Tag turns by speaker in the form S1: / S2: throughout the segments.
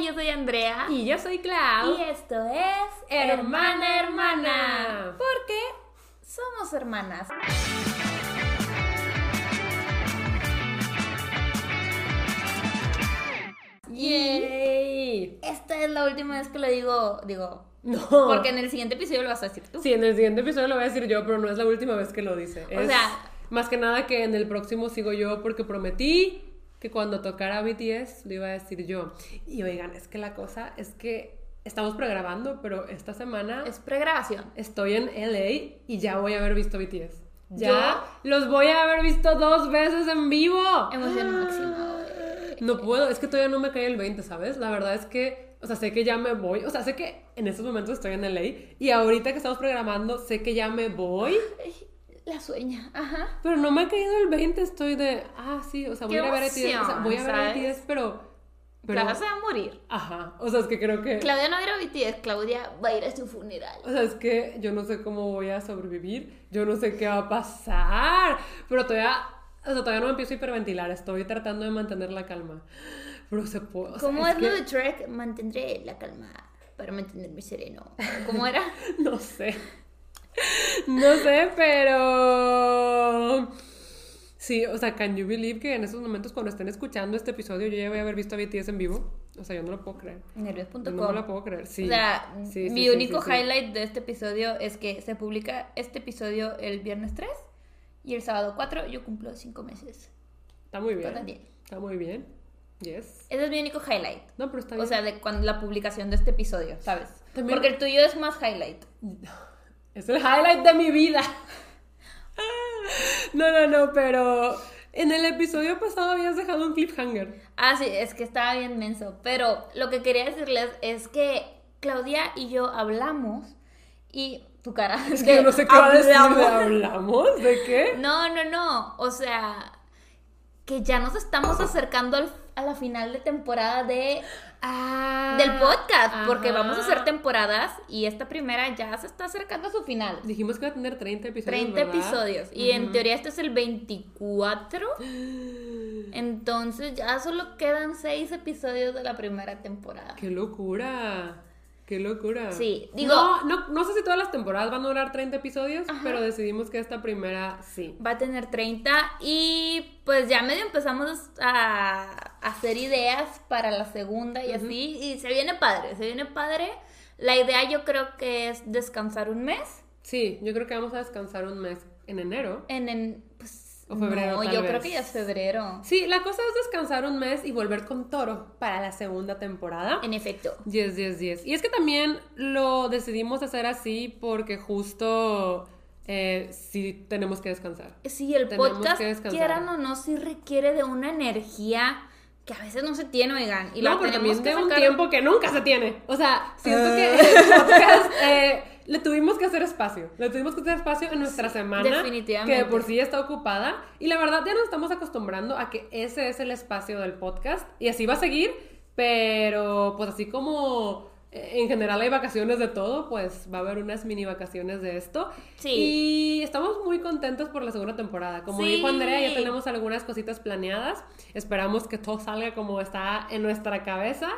S1: yo soy Andrea.
S2: Y yo soy Clau.
S1: Y esto es
S2: Hermana, Hermana.
S1: Porque somos hermanas.
S2: ¡Yay!
S1: Esta es la última vez que lo digo, digo,
S2: No.
S1: porque en el siguiente episodio lo vas a decir tú.
S2: Sí, en el siguiente episodio lo voy a decir yo, pero no es la última vez que lo dice.
S1: O
S2: Es
S1: sea-
S2: Más que nada que en el próximo sigo yo porque prometí que cuando tocara BTS lo iba a decir yo. Y oigan, es que la cosa es que estamos pregrabando, pero esta semana
S1: Es pregrabación.
S2: estoy en LA y ya voy a haber visto BTS. Ya los voy a haber visto dos veces en vivo. Ah.
S1: Emoción máxima.
S2: No puedo, es que todavía no me cae el 20, ¿sabes? La verdad es que, o sea, sé que ya me voy, o sea, sé que en estos momentos estoy en LA y ahorita que estamos programando, sé que ya me voy,
S1: Ay, La sueña, ajá.
S2: pero no me ha caído el 20, estoy de, ah, sí, o sea, voy
S1: Qué
S2: a ir a ver a BTS, o sea, voy a ver a
S1: emoción,
S2: BTS, pero, pero,
S1: Claudia se va a morir.
S2: ajá, o sea, es que creo que,
S1: Claudia no va a ir a BTS, Claudia va a ir a su funeral.
S2: o sea, es que yo no sé cómo voy a sobrevivir, yo no sé qué va a pasar, pero todavía, o sea, todavía no me empiezo a hiperventilar, estoy tratando de mantener la calma, pero se puede, o sea,
S1: ¿Cómo es,
S2: que-
S1: lo de Trek? Mantendré la calma para mantenerme sereno. ¿Cómo era?
S2: No sé. No sé, pero. Sí, o sea, can you believe que en estos momentos, cuando estén escuchando este episodio, yo ya voy a haber visto a BTS en vivo? O sea, yo no lo puedo creer.
S1: Nervios.com.
S2: No me lo puedo creer, sí.
S1: O sea,
S2: Sí, sí,
S1: mi
S2: sí,
S1: único
S2: sí, sí.
S1: highlight de este episodio es que se publica este episodio el viernes 3 y el sábado 4 yo cumplo 5 meses.
S2: Está muy
S1: Yo
S2: bien.
S1: también.
S2: Está muy bien. Yes.
S1: Ese es mi único highlight.
S2: No, pero está bien.
S1: O sea, de cuando, la publicación de este episodio, ¿sabes?
S2: También-
S1: Porque el tuyo es más highlight.
S2: Es el highlight de mi vida. No, no, no, pero. En el episodio pasado habías dejado un cliffhanger.
S1: Ah, sí, es que estaba bien menso. Pero lo que quería decirles es que Claudia y yo hablamos y tu cara.
S2: Es que yo no sé qué va a decir. ¿Hablamos? ¿De qué?
S1: No, no, no. O sea, que ya nos estamos acercando al- a la final de temporada de, del podcast. Porque
S2: Ah, ajá.
S1: vamos a hacer temporadas y esta primera ya se está acercando a su final.
S2: Dijimos que iba a tener 30 episodios.
S1: 30
S2: ¿verdad?
S1: episodios. Y en teoría este es el 24. Entonces ya solo quedan 6 episodios de la primera temporada.
S2: ¡Qué locura! ¡Qué locura!
S1: Sí, digo-
S2: No, no, no sé si todas las temporadas van a durar 30 episodios, pero decidimos que esta primera sí.
S1: Va a tener 30 y pues ya medio empezamos a hacer ideas para la segunda y así. Y se viene padre, se viene padre. La idea yo creo que es descansar un mes.
S2: Sí, yo creo que vamos a descansar un mes en enero.
S1: En, en pues,
S2: O febrero,
S1: No,
S2: tal
S1: yo
S2: vez.
S1: creo que ya es febrero.
S2: Sí, la cosa es descansar un mes y volver con toro para la segunda temporada.
S1: En efecto.
S2: 10, 10, 10. Y es que también lo decidimos hacer así porque justo eh, sí tenemos que descansar.
S1: Sí, el
S2: Tenemos
S1: podcast,
S2: que descansar.
S1: quieran o no, sí requiere de una energía que a veces no se tiene, oigan. Y
S2: no,
S1: la
S2: pero
S1: tenemos
S2: también
S1: que
S2: de un
S1: sacar-
S2: tiempo que nunca se tiene. O sea, siento
S1: Ah.
S2: que el podcast eh, le tuvimos que hacer espacio. Le tuvimos que hacer espacio en nuestra semana.
S1: definitivamente.
S2: Que de por sí ya está ocupada. Y la verdad, ya nos estamos acostumbrando a que ese es el espacio del podcast. Y así va a seguir. Pero, pues así como. eh, En general hay vacaciones de todo, pues va a haber unas mini vacaciones de esto.
S1: Sí.
S2: Y estamos muy contentos por la segunda temporada. Como
S1: Sí.
S2: dijo Andrea, ya tenemos algunas cositas planeadas. Esperamos que todo salga como está en nuestra cabeza.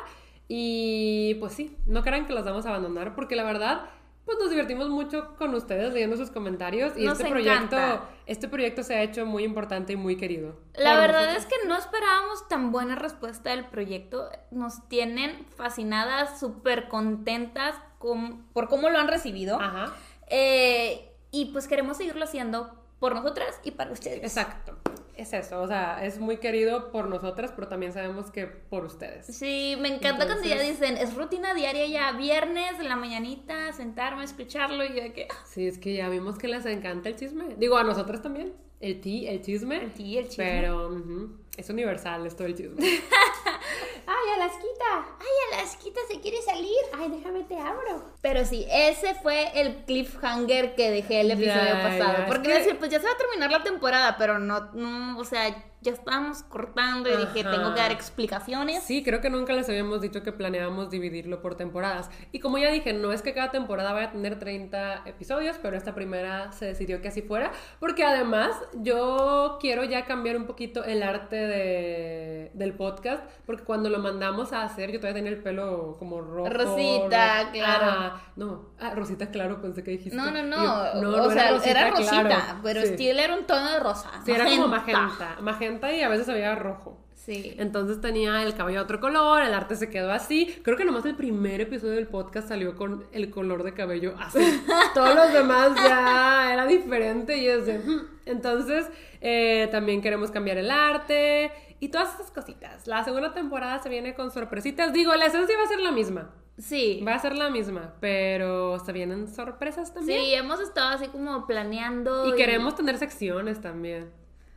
S2: Y pues sí, no crean que las vamos a abandonar porque la verdad, pues nos divertimos mucho con ustedes leyendo sus comentarios. Y
S1: Nos
S2: este proyecto,
S1: encanta.
S2: este proyecto se ha hecho muy importante y muy querido.
S1: La
S2: Para
S1: verdad es
S2: nosotros.
S1: que no esperábamos tan buena respuesta del proyecto. Nos tienen fascinadas, súper contentas con- por cómo lo han recibido.
S2: Ajá,
S1: Eh, y pues queremos seguirlo haciendo por nosotras y para ustedes.
S2: exacto. Es eso, o sea, es muy querido por nosotras, pero también sabemos que por ustedes.
S1: Sí, me encanta cuando ya
S2: Entonces-
S1: dicen, es rutina diaria ya, viernes, en la mañanita, sentarme, escucharlo y yo de que... "Ah,
S2: Sí, es que ya vimos que les encanta el chisme. Digo, a nosotras también. El ti, el chisme.
S1: El ti, el chisme.
S2: Pero ujú, es universal esto del chisme.
S1: ¡Ay, Alasquita! ¡Ay, Alasquita se quiere salir! ¡Ay, déjame te abro! Pero sí, ese fue el cliffhanger que dejé el
S2: Ya,
S1: episodio
S2: ya,
S1: pasado.
S2: es
S1: porque
S2: que-
S1: decir, pues ya se va a terminar la temporada, pero no, no, o sea, ya estábamos cortando y dije,
S2: Ajá.
S1: tengo que dar explicaciones.
S2: Sí, creo que nunca les habíamos dicho que planeábamos dividirlo por temporadas. Y como ya dije, no es que cada temporada vaya a tener 30 episodios, pero esta primera se decidió que así fuera, porque además yo quiero ya cambiar un poquito el arte de- del podcast, porque cuando lo mandamos a hacer yo todavía tenía el pelo como rojo.
S1: Rosita,
S2: ro-
S1: claro.
S2: Ah, no, ah, Rosita, claro, pensé que dijiste.
S1: No, no, no.
S2: Y yo, no,
S1: o
S2: no
S1: sea, era rosita,
S2: claro.
S1: pero
S2: sí.
S1: Steel era un tono de rosa.
S2: Sí, era como magenta, magenta y a veces se veía rojo.
S1: Sí.
S2: Entonces tenía el cabello de otro color, el arte se quedó así. Creo que nomás el primer episodio del podcast salió con el color de cabello así. Todos los demás ya era diferente y es de... "Hmm". Entonces eh, también queremos cambiar el arte y todas esas cositas. La segunda temporada se viene con sorpresitas. Digo, la esencia va a ser la misma.
S1: Sí.
S2: Va a ser la misma, pero se vienen sorpresas también.
S1: Sí, hemos estado así como planeando.
S2: Y queremos tener secciones también.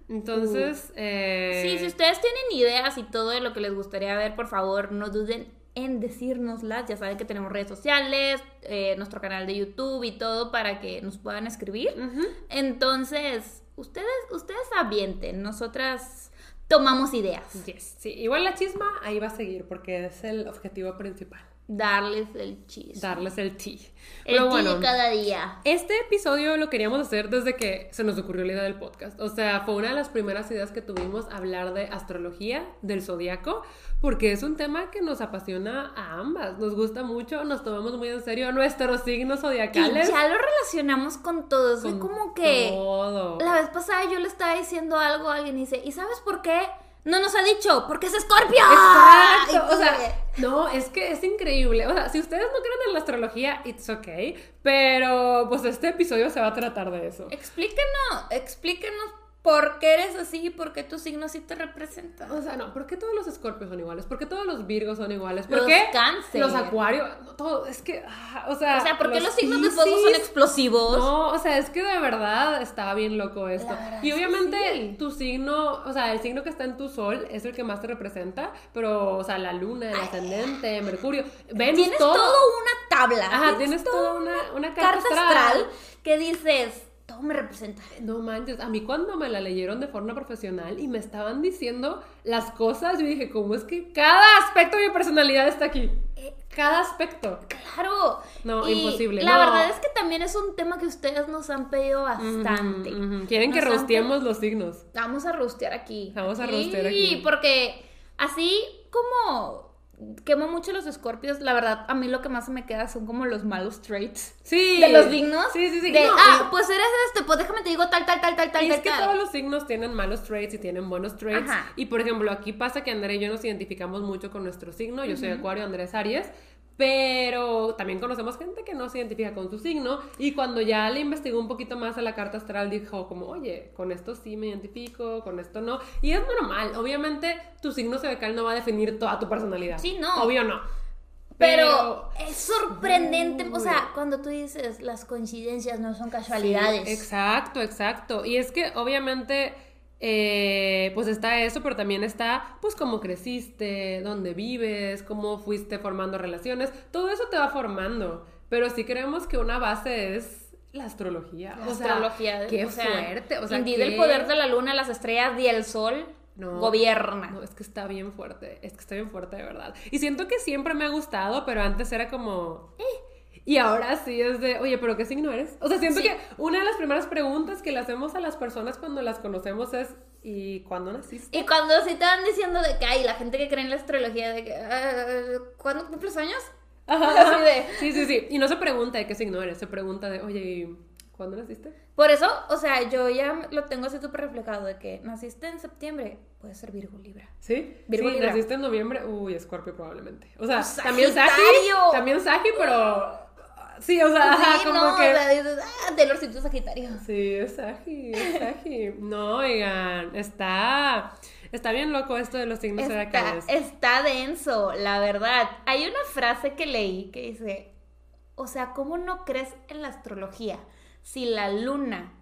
S2: Entonces... eh,
S1: Sí, si ustedes tienen ideas y todo de lo que les gustaría ver, por favor, no duden en decírnoslas. Ya saben que tenemos redes sociales, eh, nuestro canal de YouTube y todo para que nos puedan escribir.
S2: ujú.
S1: Entonces, ustedes, ustedes avienten. Nosotras tomamos ideas.
S2: Yes, sí. Igual la chisma ahí va a seguir porque es el objetivo principal,
S1: Darles el chis.
S2: darles el tea.
S1: el
S2: Pero
S1: chi
S2: bueno,
S1: de cada día.
S2: este episodio lo queríamos hacer desde que se nos ocurrió la idea del podcast. O sea, fue una de las primeras ideas que tuvimos hablar de astrología, del zodiaco, porque es un tema que nos apasiona a ambas. Nos gusta mucho, nos tomamos muy en serio nuestros signos
S1: Y
S2: zodiacales.
S1: ya lo relacionamos con todos. Fue
S2: con
S1: como que.
S2: Todo.
S1: La vez pasada yo le estaba diciendo algo a alguien y dice, ¿y sabes por qué? No nos ha dicho, porque es Escorpio.
S2: Exacto,
S1: Y
S2: o sea,
S1: tú de-
S2: no, es que es increíble. O sea, si ustedes no creen en la astrología, it's okay, pero pues este episodio se va a tratar de eso.
S1: Explícanos, explícanos por qué eres así y por qué tu signo sí te representa.
S2: O sea, no, ¿por qué todos los escorpios son iguales? ¿Por qué todos los virgos son iguales? ¿Por
S1: Los
S2: qué
S1: Cáncer.
S2: los acuarios? no, Todo, es que, ah, o sea...
S1: O sea, ¿por qué los, signos de fuego
S2: Piscis?
S1: son explosivos?
S2: No, o sea, es que de verdad está bien loco esto.
S1: La verdad
S2: Y
S1: es que
S2: obviamente
S1: sí.
S2: tu signo, o sea, el signo que está en tu sol es el que más te representa, pero, o sea, la luna, el ascendente, Mercurio, Venus,
S1: Eh, Tienes
S2: todo.
S1: toda una tabla.
S2: Ajá, tienes toda una, una carta, astral.
S1: que dices, todo me representa.
S2: No manches, a mí cuando me la leyeron de forma profesional y me estaban diciendo las cosas, yo dije, ¿cómo es que cada aspecto de mi personalidad está aquí?
S1: Eh,
S2: Cada aspecto.
S1: Claro.
S2: No,
S1: Y
S2: imposible,
S1: La
S2: no.
S1: verdad es que también es un tema que ustedes nos han pedido bastante.
S2: Ujú, ujú. Quieren que
S1: Nos han
S2: rosteemos los signos.
S1: Vamos a rostear aquí.
S2: Vamos a
S1: Sí,
S2: rostear aquí.
S1: porque así como quemo mucho los escorpios, la verdad, a mí lo que más me queda son como los malos traits.
S2: Sí.
S1: De los dignos.
S2: Sí, sí, sí.
S1: De,
S2: No,
S1: ah,
S2: y-
S1: pues eres este, pues déjame te digo tal, tal, tal, tal, tal,
S2: Y es
S1: tal,
S2: que
S1: tal.
S2: todos los signos tienen malos traits y tienen buenos traits.
S1: Ajá.
S2: Y por ejemplo, aquí pasa que Andrea y yo nos identificamos mucho con nuestro signo. Yo soy Acuario, Andrea es Aries. Pero también conocemos gente que no se identifica con su signo. Y cuando ya le investigó un poquito más a la carta astral, dijo como, oye, con esto sí me identifico, con esto no. Y es normal. Obviamente, tu signo zodiacal no va a definir toda tu personalidad.
S1: Sí, no.
S2: Obvio no.
S1: Pero es sorprendente, o sea,
S2: Uy.
S1: cuando tú dices las coincidencias no son casualidades.
S2: Sí, exacto, exacto. Y es que obviamente, eh, pues está eso, pero también está, pues, cómo creciste, dónde vives, cómo fuiste formando relaciones. Todo eso te va formando. Pero sí creemos que una base es la astrología.
S1: La
S2: o sea,
S1: astrología,
S2: qué
S1: o sea,
S2: fuerte. O sea,
S1: Indeed,
S2: qué-
S1: el poder de la luna, las estrellas y el sol
S2: No.
S1: gobierna.
S2: No, es que está bien fuerte, es que está bien fuerte de verdad. Y siento que siempre me ha gustado, pero antes era como... "Eh". Y ahora sí es de, oye, pero ¿qué signo eres? O sea, siento
S1: Sí.
S2: que una de las primeras preguntas que le hacemos a las personas cuando las conocemos es, ¿y cuándo naciste?
S1: Y cuando sí te van diciendo de que hay la gente que cree en la astrología de que "Ah, ¿cuándo cumples años? Así de-
S2: Sí, sí, sí. Y no se pregunta de qué signo eres, se pregunta de, oye, ¿y cuándo naciste?
S1: Por eso, o sea, yo ya lo tengo así súper reflejado de que naciste en septiembre, puede ser Virgo Libra.
S2: ¿Sí?
S1: Virgo,
S2: sí,
S1: Libra. Pues
S2: naciste en noviembre. Uy, Escorpio probablemente. O sea,
S1: ¡Sagitario!
S2: también Sagi, también Sagi, pero... Sí, o sea, ajá,
S1: sí,
S2: como
S1: no,
S2: que...
S1: o sea, dices, ah, Taylorcito Sagitario.
S2: Sí, es ágil, es ágil. No, oigan, está, está bien loco esto de los signos
S1: Está,
S2: zodiacales.
S1: está denso, la verdad. Hay una frase que leí que dice, o sea, ¿cómo no crees en la astrología? Si la luna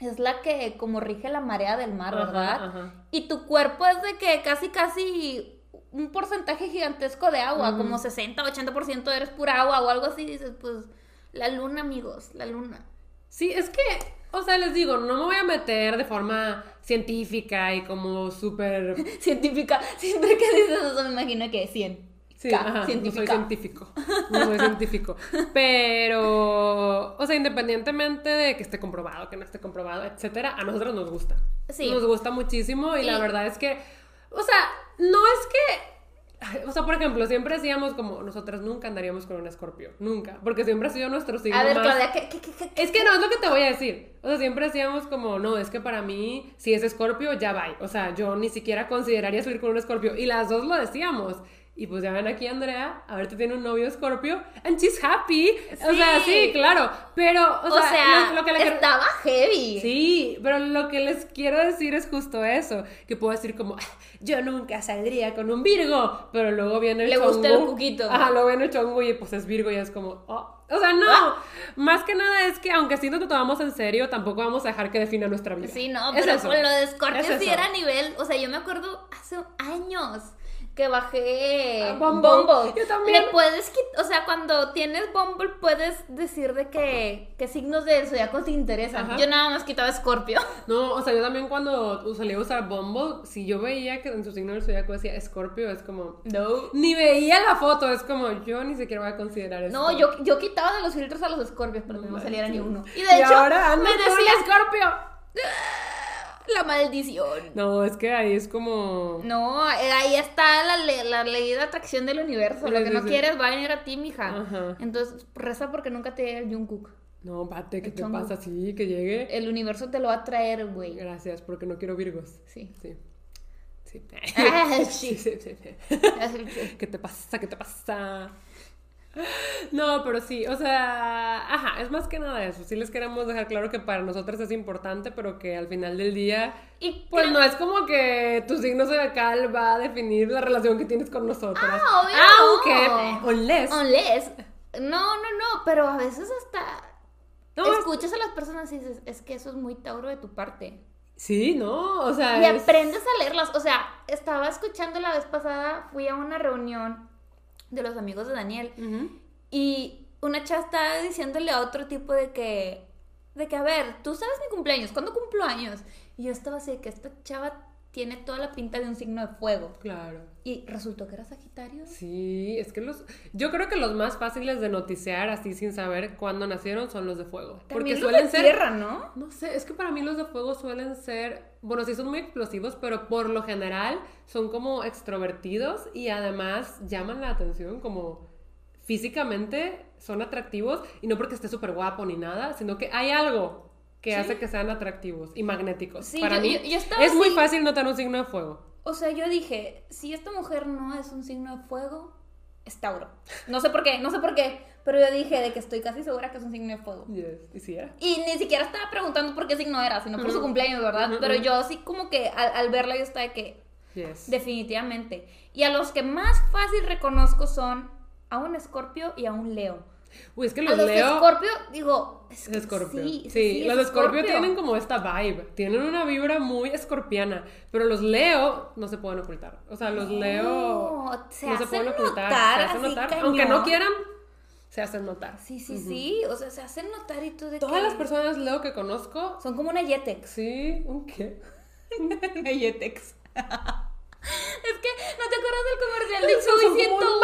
S1: es la que como rige la marea del mar,
S2: Ajá,
S1: ¿verdad?
S2: ajá.
S1: Y tu cuerpo es de que casi, casi un porcentaje gigantesco de agua,
S2: Ujú.
S1: como 60, 80% eres pura agua o algo así, dices, pues la luna, amigos, la luna.
S2: Sí, es que O sea, les digo, no me voy a meter de forma científica y como súper...
S1: Científica. Siempre que dices eso me imagino que 100.
S2: Sí,
S1: K,
S2: ajá, no soy
S1: científica.
S2: científico. No soy científico. Pero, o sea, independientemente de que esté comprobado, que no esté comprobado, etcétera, a nosotros nos gusta.
S1: Sí.
S2: Nos gusta muchísimo y, la
S1: Y-
S2: verdad es que, o sea, no es que. ay, O sea, por ejemplo, siempre decíamos como nosotras nunca andaríamos con un escorpio, nunca, porque siempre ha sido nuestro signo
S1: A ver,
S2: más-
S1: Claudia, ¿qué, qué, qué, qué-
S2: es que no, es lo que te voy a decir. O sea, siempre decíamos como, no, es que para mí, si es escorpio, ya va. O sea, yo ni siquiera consideraría subir con un escorpio. Y las dos lo decíamos. Y pues ya ven aquí, Andrea, ahorita tiene un novio escorpio, and she's happy. O
S1: Sí.
S2: sea, sí, claro. Pero, o,
S1: O sea,
S2: lo, lo que le quiero-
S1: estaba heavy.
S2: Sí, pero lo que les quiero decir es justo eso, que puedo decir como, "Ah, yo nunca saldría con un Virgo, pero luego viene el
S1: Le gusta el
S2: chongo.
S1: cuquito.
S2: Ajá, luego viene el chongo y pues es Virgo y es como, "Oh". o sea, no,
S1: Ah.
S2: más que nada es que aunque sí nos lo tomamos en serio, tampoco vamos a dejar que defina nuestra vida.
S1: Sí, no,
S2: Es
S1: pero
S2: eso.
S1: con lo de Scorpio
S2: Es
S1: sí
S2: eso.
S1: era a nivel. O sea, yo me acuerdo hace años que bajé
S2: Ah, Bumble. Yo también.
S1: Le puedes quit- o sea, cuando tienes Bumble puedes decir de que, que signos de zodiaco te interesan.
S2: Ajá.
S1: Yo nada más quitaba Scorpio.
S2: No, o sea, yo también cuando solía usar Bumble, si yo veía que en su signo del zodiaco decía Escorpio, es como...
S1: No.
S2: Ni veía la foto, es como, yo ni siquiera voy a considerar eso.
S1: No, yo, yo quitaba de los filtros a los Scorpios, pero no, saliera ni uno. Y de
S2: Y
S1: hecho,
S2: ahora ando
S1: me
S2: con
S1: decía
S2: Escorpio.
S1: la maldición.
S2: No, es que ahí es como.
S1: No, eh, ahí está la, le- la ley de atracción del universo. Lo
S2: Sí,
S1: que
S2: sí,
S1: no
S2: sí.
S1: quieres va a venir a ti, mija.
S2: Ajá.
S1: Entonces, reza porque nunca te llegue el Jungkook.
S2: No, pate, ¿qué
S1: El
S2: te
S1: chongo.
S2: pasa? Sí, que llegue.
S1: El universo te lo va a traer, güey.
S2: Gracias, porque no quiero Virgos.
S1: Sí.
S2: Sí. Sí.
S1: Ah,
S2: Sí,
S1: sí.
S2: sí, sí, sí.
S1: Así
S2: ¿Qué te pasa? ¿Qué te pasa? No, pero sí, o sea, ajá, es más que nada eso. Sí les queremos dejar claro que para nosotras es importante, pero que al final del día,
S1: que- Y
S2: pues
S1: creo-
S2: no es como que tu signo zodiacal va a definir la relación que tienes con nosotras.
S1: Ah, obvio
S2: Aunque,
S1: no.
S2: unless,
S1: Unless. No, no, no, pero a veces hasta
S2: no, es-
S1: escuchas a las personas y dices, es que eso es muy Tauro de tu parte.
S2: sí, no, o sea,
S1: Y
S2: es-
S1: aprendes a leerlas. O sea, estaba escuchando la vez pasada, fui a una reunión de los amigos de Daniel
S2: Ujú.
S1: y una chava estaba diciéndole a otro tipo de que, de que, a ver, tú sabes mi cumpleaños, ¿cuándo cumplo años? Y yo estaba así, de que esta chava tiene toda la pinta de un signo de fuego.
S2: Claro.
S1: Y resultó que era Sagitario.
S2: Sí, es que los. Yo creo que los más fáciles de noticiar así sin saber cuándo nacieron son los de fuego. Porque
S1: También los
S2: suelen
S1: de
S2: ser.
S1: tierra, ¿no?
S2: No sé, es que para mí los de fuego suelen ser. Bueno, sí son muy explosivos, pero por lo general son como extrovertidos y además llaman la atención como. Físicamente son atractivos y no porque esté súper guapo ni nada, sino que hay algo que
S1: Sí.
S2: hace que sean atractivos y magnéticos.
S1: Sí,
S2: Pues para
S1: yo-
S2: mí
S1: yo- yo estaba
S2: es muy
S1: así.
S2: fácil notar un signo de fuego.
S1: O sea, yo dije, si esta mujer no es un signo de fuego, es Tauro. No sé por qué, no sé por qué, pero yo dije de que estoy casi segura que es un signo de fuego.
S2: Yes. Y sí era.
S1: Y ni siquiera estaba preguntando por qué signo era, sino por su
S2: Ujú.
S1: cumpleaños, ¿verdad?
S2: Ujú,
S1: Pero
S2: ujú.
S1: yo así como que al, al verla yo estaba de que
S2: Yes.
S1: definitivamente. Y a los que más fácil reconozco son a un escorpio y a un leo.
S2: Uy, es que
S1: a
S2: los
S1: los
S2: leo.
S1: escorpio digo, es
S2: Es
S1: que
S2: Escorpio.
S1: Sí,
S2: Sí,
S1: sí, es
S2: los Escorpio
S1: Escorpio.
S2: tienen como esta vibe, tienen una vibra muy escorpiana, pero los Leo no se pueden ocultar. O sea, los Leo
S1: No, se
S2: no se
S1: hacen
S2: pueden ocultar,
S1: notar,
S2: se hacen
S1: así
S2: notar,
S1: cañón.
S2: aunque no quieran, se hacen notar. Mm.
S1: Sí, sí, sí, o sea, se hacen notar y tú de
S2: Todas
S1: que-
S2: las personas Leo que conozco,
S1: Son como una yetex.
S2: sí, ¿un qué? Galletex.
S1: Es que, ¿no te acuerdas del comercial de
S2: Son
S1: Chuy
S2: como
S1: 101?
S2: un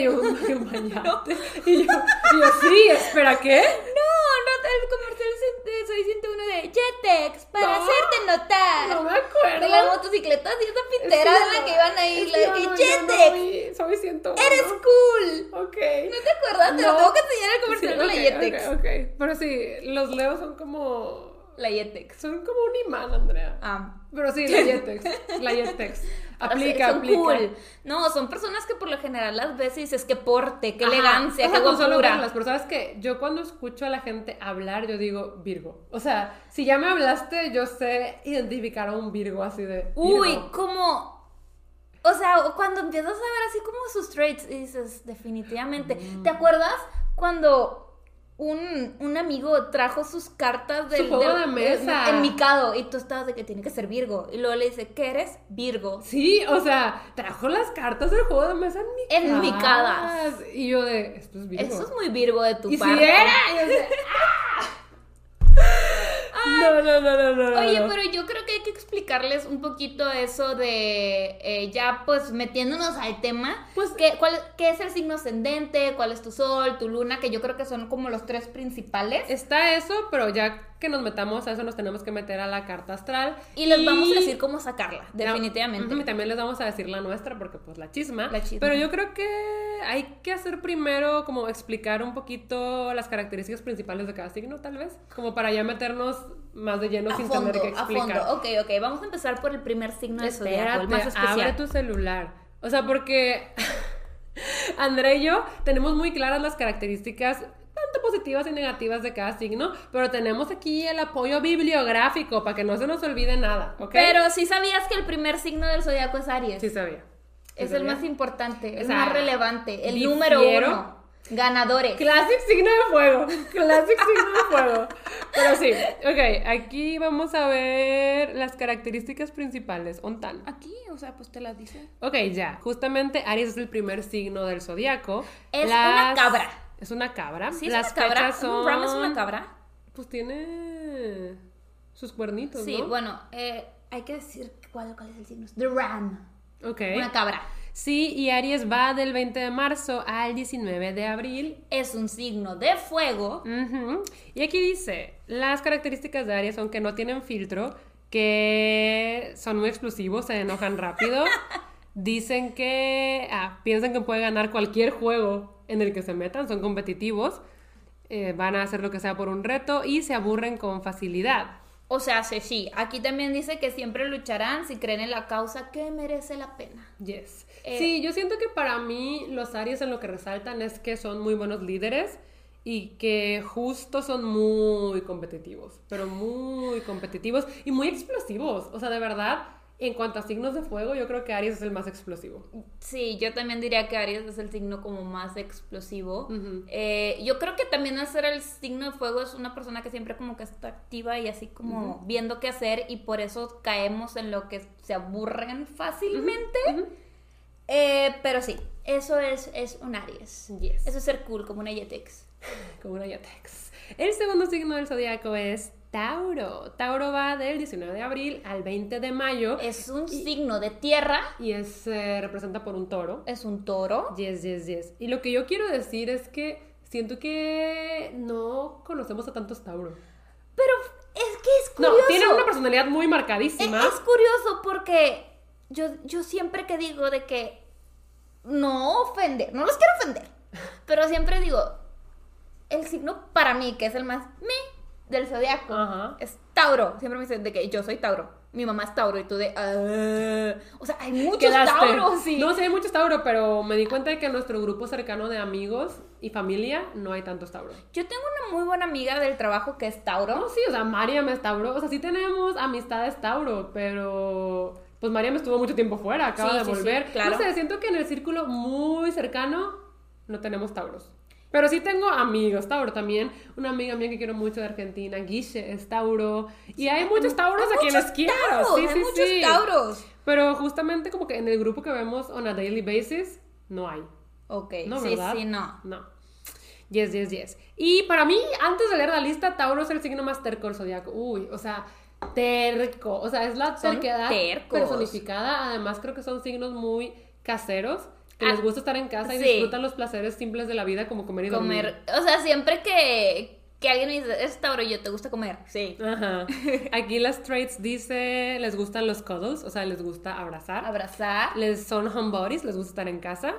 S2: y yo, un mayate. Y, yo, y yo, sí, espera, ¿qué?
S1: No, no, el comercial de de Soy 101 de Jetex, para
S2: No,
S1: hacerte notar.
S2: No me
S1: de las
S2: acuerdo.
S1: motocicletas y esa
S2: Es que
S1: pintera de
S2: no-
S1: la que iban ahí,
S2: es
S1: la
S2: que
S1: de
S2: yo
S1: que
S2: no- yo no
S1: Jetex,
S2: vi, Soy 101.
S1: eres cool.
S2: Ok.
S1: ¿No te acuerdas? Te lo
S2: No.
S1: tengo que enseñar el comercial
S2: Sí,
S1: de
S2: ok,
S1: la Jetex.
S2: ok, ok. Pero sí, los leos son como.
S1: La Jetex.
S2: Son como un imán, Andrea.
S1: Ah.
S2: Pero sí, la Jetex. La Jetex.
S1: O sea,
S2: Aplica,
S1: son
S2: aplica.
S1: cool. No, son personas que por lo general las ves y dices qué porte, qué
S2: Ajá.
S1: elegancia,
S2: O sea,
S1: qué
S2: con solo
S1: guapura.
S2: verlas, pero sabes que yo cuando escucho a la gente hablar, yo digo Virgo. O sea, si ya me hablaste, yo sé identificar a un Virgo así de.
S1: Uy,
S2: Virgo.
S1: como. O sea, o cuando empiezas a ver así como sus traits y dices, definitivamente. ¿Te
S2: Mm.
S1: acuerdas cuando un, un amigo trajo sus cartas del,
S2: Su juego
S1: del-
S2: de mesa.
S1: en Mikado y tú estabas de que tiene que ser Virgo? Y luego le dice, ¿qué eres? Virgo.
S2: Sí, o sea, trajo las cartas del juego de mesa en mi
S1: Enmicadas.
S2: Y yo de, esto es Virgo. ¿eh?
S1: Eso es muy Virgo de tu
S2: y si
S1: parte.
S2: era, y yo de,
S1: Ah,
S2: No, no, no, no, no. no,
S1: Oye,
S2: no.
S1: pero yo creo que hay que explicarles un poquito eso de eh, ya pues metiéndonos al tema.
S2: Pues-
S1: ¿qué, cuál, ¿Qué es el signo ascendente? ¿Cuál es tu sol, tu luna? Que yo creo que son como los tres principales.
S2: Está eso, pero ya que nos metamos a eso, nos tenemos que meter a la carta astral.
S1: y les vamos a decir cómo sacarla, definitivamente.
S2: Ujú, Y también les vamos a decir la nuestra, porque pues la chisma.
S1: La chisma.
S2: Pero yo creo que hay que hacer primero como explicar un poquito las características principales de cada signo, tal vez. Como para ya meternos más de lleno
S1: A
S2: sin
S1: fondo,
S2: tener que
S1: a
S2: explicar.
S1: fondo. Ok, ok. Vamos a empezar por el primer signo de zodiaco,
S2: Espérate,
S1: el más
S2: abre
S1: especial.
S2: tu celular. O sea, porque André y yo tenemos muy claras las características tanto positivas y negativas de cada signo, pero tenemos aquí el apoyo bibliográfico para que no se nos olvide nada, ¿ok?
S1: Pero sí sabías que el primer signo del zodiaco es Aries.
S2: sí sabía. Sí
S1: es el
S2: sabía.
S1: más importante,
S2: O
S1: es
S2: sea,
S1: más relevante, el
S2: difiero.
S1: número uno. Ganadores.
S2: Classic signo de fuego. Classic signo de fuego. Pero sí. Ok, aquí vamos a ver las características principales. Ontan.
S1: Aquí, o sea, pues te las dice.
S2: Ok, ya. Justamente Aries es el primer signo del zodiaco.
S1: Es una cabra.
S2: Es una cabra.
S1: Sí, es
S2: Las
S1: una cabra.
S2: fechas son.
S1: Ram es una cabra.
S2: Pues tiene sus cuernitos,
S1: Sí,
S2: ¿no?
S1: bueno, eh, hay que decir cuál, cuál es el signo. The Ram.
S2: Ok.
S1: Una cabra.
S2: Sí, y Aries va del 20 de marzo al 19 de abril
S1: Es un signo de fuego.
S2: Ujú. Y aquí dice, las características de Aries son que no tienen filtro, que son muy explosivos, se enojan rápido, dicen que ah, piensan que pueden ganar cualquier juego en el que se metan, son competitivos, eh, van a hacer lo que sea por un reto y se aburren con facilidad.
S1: O sea, sí, sí. Aquí también dice que siempre lucharán si creen en la causa que merece la pena.
S2: Yes.
S1: Eh,
S2: sí, yo siento que para mí los Aries en lo que resaltan es que son muy buenos líderes y que justo son muy competitivos, pero muy competitivos y muy explosivos. O sea, de verdad, en cuanto a signos de fuego, yo creo que Aries es el más explosivo.
S1: Sí, yo también diría que Aries es el signo como más explosivo.
S2: Ujú.
S1: Eh, yo creo que también hacer el signo de fuego es una persona que siempre como que está activa y así como viendo qué hacer y por eso caemos en lo que se aburren fácilmente. Eh, pero sí, eso es, es un Aries.
S2: Yes.
S1: Eso es ser cool, como una Yetex.
S2: Como una Yatex. El segundo signo del zodiaco es Tauro. Tauro va del 19 de abril al 20 de mayo
S1: Es un signo de tierra,
S2: y se representa por un toro.
S1: es un toro.
S2: Yes, yes, yes. Y lo que yo quiero decir es que siento que no conocemos a tantos Tauro.
S1: Pero es que es
S2: No,
S1: curioso.
S2: tienen una personalidad muy
S1: Es,
S2: marcadísima.
S1: es curioso porque yo, yo siempre que digo de que no ofender, no los quiero ofender, pero siempre digo, el signo para mí, que es el más mi del zodiaco,
S2: Ajá.
S1: es Tauro. Siempre me dicen de que yo soy Tauro, mi mamá es Tauro y tú de... "Ah". O sea, hay muchos
S2: Quedaste.
S1: Tauros. Sí.
S2: No, sí hay muchos Tauro, pero me di cuenta de que en nuestro grupo cercano de amigos y familia no hay tantos Tauro.
S1: Yo tengo una muy buena amiga del trabajo que es Tauro.
S2: No, sí, o sea, Mariam es Tauro. O sea, sí tenemos amistades Tauro, pero pues Mariam estuvo mucho tiempo fuera, acaba
S1: Sí,
S2: de
S1: sí, sí,
S2: volver.
S1: claro.
S2: No sé, siento que en el círculo muy cercano no tenemos Tauros. Pero sí tengo amigos Tauro también. Una amiga mía que quiero mucho de Argentina, Guiche, es Tauro. Y hay muchos Tauros a quienes quiero.
S1: Tauros,
S2: sí,
S1: hay
S2: sí,
S1: muchos
S2: sí.
S1: Tauros.
S2: Pero justamente como que en el grupo que vemos on a daily basis, no hay.
S1: Ok,
S2: No,
S1: sí,
S2: ¿verdad?
S1: sí, no.
S2: No. Yes, yes, yes. Y para mí, antes de leer la lista, Tauro es el signo más terco del zodiaco. Uy, o sea, terco. O sea, es la
S1: Son
S2: terquedad
S1: tercos.
S2: personificada. Además, creo que son signos muy caseros, que
S1: Ah,
S2: les gusta estar en casa y
S1: sí.
S2: disfrutan los placeres simples de la vida, como comer y dormir.
S1: comer. O sea, siempre que, que alguien me dice, es Tauro, yo te gusta comer. Sí.
S2: Ajá. Aquí las traits dice, les gustan los cuddles, o sea, les gusta abrazar.
S1: Abrazar.
S2: Les son homebodies, les gusta estar en casa.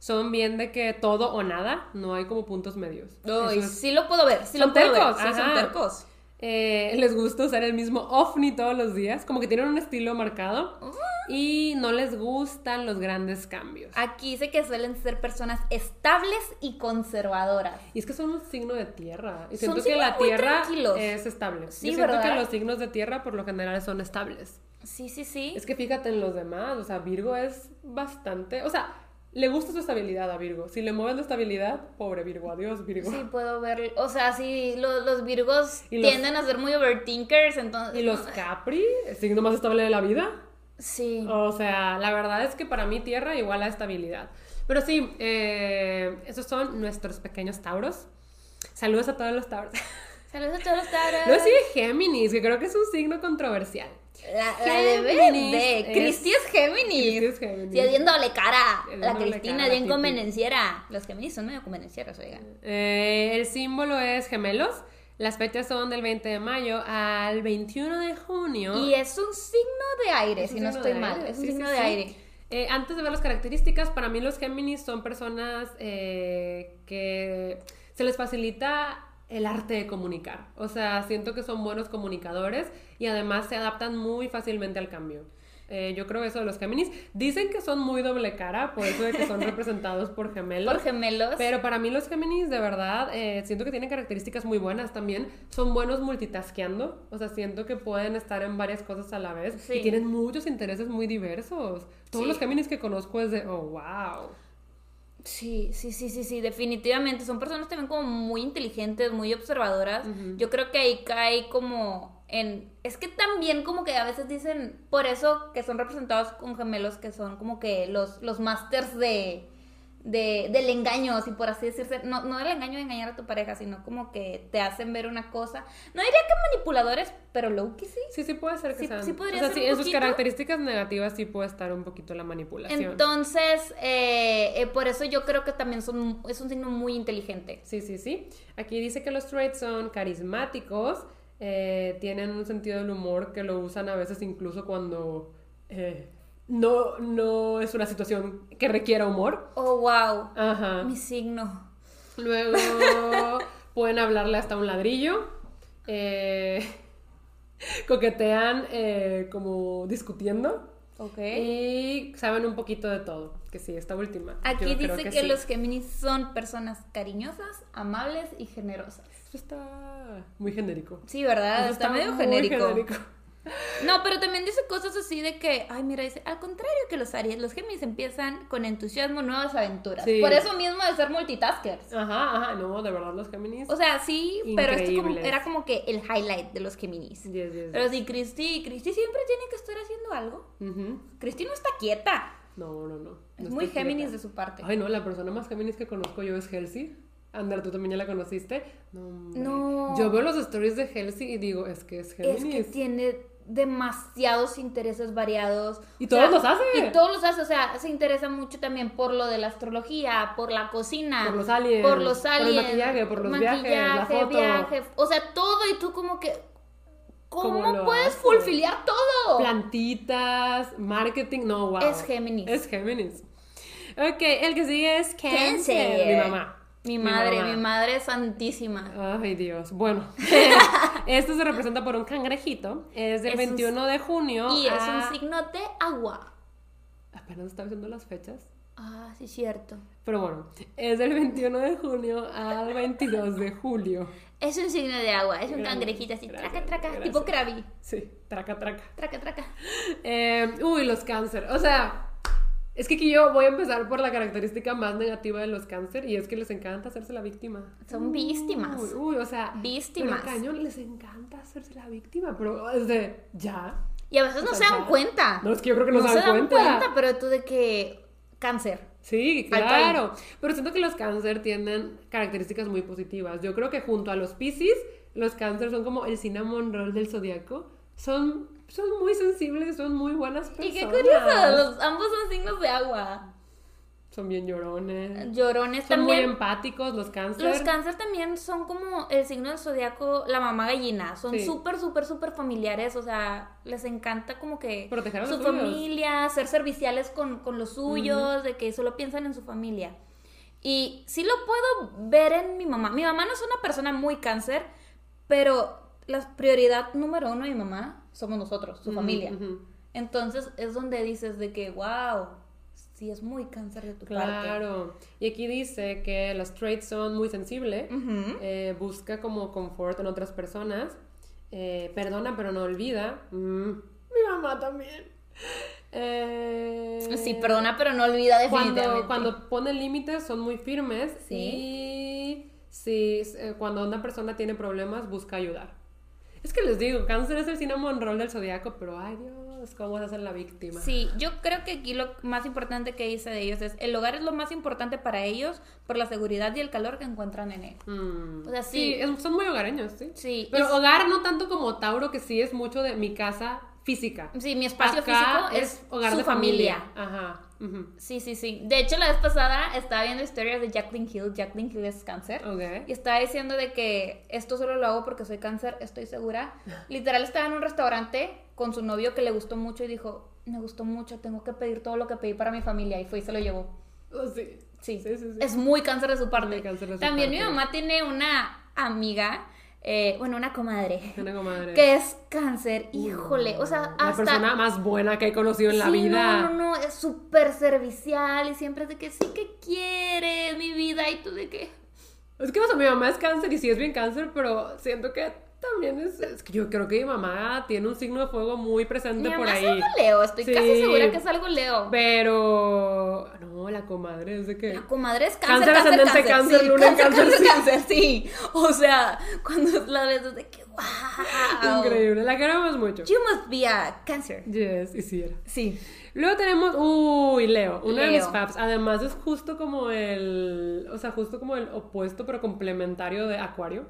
S2: Son bien de que todo o nada, no hay como puntos medios.
S1: No,
S2: Eso
S1: y
S2: es-
S1: sí lo puedo ver, sí
S2: Son
S1: lo puedo
S2: tercos,
S1: ver. Sí,
S2: ajá.
S1: son tercos.
S2: Eh, les gusta usar el mismo ovni todos los días, como que tienen un estilo marcado
S1: Ah.
S2: y no les gustan los grandes cambios.
S1: Aquí dice que suelen ser personas estables y conservadoras.
S2: Y es que son un signo de tierra. Y
S1: Son
S2: siento que la
S1: signos muy
S2: tierra
S1: tranquilos.
S2: es estable.
S1: Sí,
S2: Yo siento
S1: ¿verdad?
S2: que los signos de tierra por lo general son estables.
S1: Sí, sí, sí.
S2: Es que fíjate en los demás, o sea, Virgo es bastante, o sea, le gusta su estabilidad a Virgo. Si le mueven la estabilidad, pobre Virgo, adiós Virgo.
S1: Sí, puedo ver. O sea, sí, lo- los virgos
S2: Y los-
S1: tienden a ser muy overthinkers, entonces.
S2: Y los Capri, el signo más estable de la vida.
S1: Sí. Oh.
S2: O sea, la verdad es que para mí tierra igual a estabilidad. Pero sí, eh, esos son nuestros pequeños Tauros. Saludos a todos los Tauros.
S1: Saludos a todos los Tauros.
S2: Luego sigue Géminis, que creo que es un signo controversial.
S1: La, la de verde.
S2: Géminis es-
S1: Cristi es Géminis.
S2: Cristi es Géminis.
S1: Sí, haciéndole cara. La
S2: Haciéndole cara
S1: Cristina,
S2: a la
S1: bien
S2: Cristi.
S1: convenenciera. Los Géminis son medio convenencieros, oigan.
S2: Eh, el símbolo es gemelos. Las fechas son del 20 de mayo al 21 de junio.
S1: Y es un signo de aire,
S2: Es un
S1: si no
S2: signo
S1: estoy
S2: de
S1: mal.
S2: aire,
S1: Es un
S2: sí,
S1: signo
S2: sí,
S1: de
S2: sí.
S1: aire.
S2: Eh, antes de ver las características, para mí los Géminis son personas eh, que se les facilita el arte de comunicar. O sea, siento que son buenos comunicadores y además se adaptan muy fácilmente al cambio. Eh, yo creo eso de los Géminis. Dicen que son muy doble cara, por eso de que son representados por gemelos.
S1: Por gemelos.
S2: Pero para mí los Géminis, de verdad, eh, siento que tienen características muy buenas también. Son buenos multitasqueando. O sea, siento que pueden estar en varias cosas a la vez.
S1: Sí.
S2: Y tienen muchos intereses muy diversos. Todos
S1: Sí.
S2: los Géminis que conozco es de, oh, wow.
S1: Sí, sí, sí, sí, sí, definitivamente. Son personas también como muy inteligentes, muy observadoras. Yo creo que ahí cae como en... Es que también como que a veces dicen, por eso que son representados con gemelos que son como que los, los masters de, de, del engaño, si por así decirse. No, no del engaño de engañar a tu pareja, sino como que te hacen ver una cosa. No diría que manipuladores, pero low que sí.
S2: Sí, sí puede ser que
S1: Sí-
S2: sean.
S1: sí podría
S2: o sea,
S1: ser
S2: sí,
S1: un
S2: en sus
S1: poquito.
S2: características negativas sí puede estar un poquito la manipulación.
S1: Entonces, eh, eh, por eso yo creo que también son, es un signo muy inteligente.
S2: Sí, sí, sí. Aquí dice que los traits son carismáticos, eh, tienen un sentido del humor que lo usan a veces incluso cuando eh, no, no es una situación que requiera humor.
S1: Oh, wow.
S2: Ajá.
S1: Mi signo.
S2: Luego pueden hablarle hasta un ladrillo. eh, coquetean eh, como discutiendo.
S1: Ok.
S2: Y saben un poquito de todo. Que sí, esta última.
S1: Aquí
S2: yo creo
S1: dice que,
S2: sí.
S1: los Géminis son personas cariñosas, amables y generosas.
S2: Eso está muy genérico.
S1: Sí, ¿verdad?
S2: Eso
S1: Ah, está, medio
S2: muy
S1: genérico. No, pero también dice cosas así de que, ay, mira, dice, al contrario que los Aries, los Géminis empiezan con entusiasmo nuevas aventuras.
S2: Sí.
S1: Por eso mismo de ser multitaskers.
S2: Ajá, ajá, no, de verdad los Géminis.
S1: O sea, sí, pero esto como-
S2: Increíbles.
S1: era como que el highlight de los Géminis.
S2: Yes, yes,
S1: Pero sí, Cristi, Cristi siempre tiene que estar haciendo algo.
S2: Ujú.
S1: Cristi no está quieta.
S2: No, no, no.
S1: Es
S2: No
S1: muy
S2: estoy
S1: Géminis de
S2: quieta.
S1: su parte.
S2: Ay, no, la persona más Géminis que conozco yo es Halsey. Ander, tú también ya la conociste. No, hombre.
S1: No.
S2: Yo veo los stories de Halsey y digo, es que es
S1: es que
S2: Géminis.
S1: tiene demasiados intereses variados.
S2: Y
S1: O
S2: todos
S1: sea,
S2: los hace.
S1: Y todos los hace, o sea, se interesa mucho también por lo de la astrología, por la cocina.
S2: Por los aliens,
S1: ah, Por los
S2: por el
S1: aliens.
S2: maquillaje, por los viajes, la foto.
S1: viaje, o sea, todo y tú como que...
S2: ¿Cómo
S1: ¿Cómo
S2: lo
S1: puedes
S2: hace?
S1: fulfiliar todo?
S2: Plantitas, marketing, no, wow.
S1: Es Géminis.
S2: Es Géminis. Ok, el que sigue es Cáncer.
S1: Cáncer.
S2: Mi mamá.
S1: Mi madre, mi,
S2: mamá.
S1: madre santísima.
S2: Ay, Dios. Bueno, esto se representa por un cangrejito. Es del
S1: Es un-
S2: 21 de junio.
S1: y es
S2: a-
S1: un signo de agua.
S2: Apenas estaba viendo las fechas.
S1: Ah, sí, cierto.
S2: Pero bueno, es del 21 de junio al 22 de julio.
S1: Es un signo de agua, es un
S2: Gracias,
S1: cangrejito así,
S2: gracias,
S1: traca, traca,
S2: gracias.
S1: tipo Krabby.
S2: Sí, traca, traca.
S1: Traca, traca.
S2: Eh, uy, los cáncer. O sea, es que aquí yo voy a empezar por la característica más negativa de los cáncer y es que les encanta hacerse la víctima.
S1: Son víctimas.
S2: Uy, uy, o sea,
S1: Víctimas.
S2: pero cañón, les encanta hacerse la víctima, pero es de ya.
S1: Y a veces no
S2: O
S1: se
S2: sea,
S1: dan
S2: ya.
S1: cuenta.
S2: No, es que yo creo que no,
S1: se dan cuenta.
S2: cuenta.
S1: pero tú de que cáncer.
S2: Sí,
S1: Alto
S2: claro. Pero siento que los cáncer tienen características muy positivas. Yo creo que junto a los piscis, los cáncer son como el cinnamon roll del zodiaco. Son, son muy sensibles, son muy buenas personas.
S1: Y qué curioso, los, ambos son signos de agua.
S2: Son bien llorones.
S1: Llorones
S2: Son muy
S1: Eh, también.
S2: empáticos los cáncer.
S1: Los cáncer también son como el signo del zodiaco, la mamá gallina. Son
S2: Sí.
S1: súper, súper, súper familiares. O sea, les encanta como que
S2: Proteger a los
S1: su
S2: suyos.
S1: familia, ser serviciales con, con los suyos, de que solo piensan en su familia. Y sí lo puedo ver en mi mamá. Mi mamá no es una persona muy cáncer, pero la prioridad número uno de mi mamá somos nosotros, su
S2: Ujú,
S1: familia.
S2: ujú.
S1: Entonces es donde dices de que, wow, sí es muy cáncer de tu parte.
S2: Claro. Y aquí dice que los traits son muy sensibles.
S1: Ujú.
S2: Eh, busca como confort en otras personas, eh, perdona pero no olvida. Mm, Mi mamá también. Eh,
S1: Sí, perdona, pero no olvida definitivamente.
S2: Cuando, cuando ponen límites son muy firmes y si, eh, cuando una persona tiene problemas busca ayudar. Es que les digo, cáncer es el cinnamon roll del zodiaco, pero ay Dios, pues cómo se hacen la víctima.
S1: Sí, yo creo que aquí lo más importante que dice de ellos es, el hogar es lo más importante para ellos por la seguridad y el calor que encuentran en él.
S2: Mm.
S1: O sea, sí,
S2: Sí, es- son muy hogareños, sí.
S1: Sí,
S2: Pero
S1: es-
S2: hogar no tanto como Tauro, que sí es mucho de mi casa física.
S1: sí, mi espacio
S2: Acá
S1: físico es, su familia.
S2: Ajá. ujú.
S1: Sí, sí, sí. De hecho, la vez pasada estaba viendo historias de Jacqueline Hill. Jacqueline Hill es cáncer.
S2: Ok.
S1: Y estaba diciendo de que esto solo lo hago porque soy cáncer, estoy segura. Literal estaba en un restaurante con su novio que le gustó mucho y dijo, me gustó mucho, tengo que pedir todo lo que pedí para mi familia. Y fue y se lo llevó.
S2: Oh, sí.
S1: Sí,
S2: Sí, sí, sí.
S1: es muy cáncer de su parte.
S2: Muy cáncer de su
S1: También mi
S2: parte.
S1: mamá tiene una amiga, eh, bueno, una comadre,
S2: Una comadre.
S1: que es cáncer. Híjole, o sea,
S2: La
S1: hasta...
S2: persona más buena que he conocido en la
S1: Sí,
S2: vida.
S1: No, no, no, es súper servicial y siempre es de que sí que quiere mi vida y tú de que...
S2: Es que, o sea, mi mamá es cáncer y sí es bien cáncer, pero siento que también es... Es que yo creo que mi mamá tiene un signo de fuego muy presente
S1: Mi
S2: por
S1: mamá es
S2: ahí.
S1: algo Leo, estoy casi
S2: Sí.
S1: segura que es algo Leo.
S2: Pero... No, la comadre es de que...
S1: La comadre es cáncer,
S2: Cáncer,
S1: cáncer,
S2: ascendente,
S1: cáncer,
S2: cáncer,
S1: sí,
S2: luna en
S1: cáncer,
S2: cáncer,
S1: cáncer, cáncer, sí. O sea, cuando la ves es de que wow.
S2: Increíble, la queremos mucho.
S1: You must be a cáncer.
S2: Yes, y sí era.
S1: Sí.
S2: Luego tenemos, uy, Leo, uno de mis
S1: Leo.
S2: paps. Además es justo como el, o sea, justo como el opuesto pero complementario de Acuario.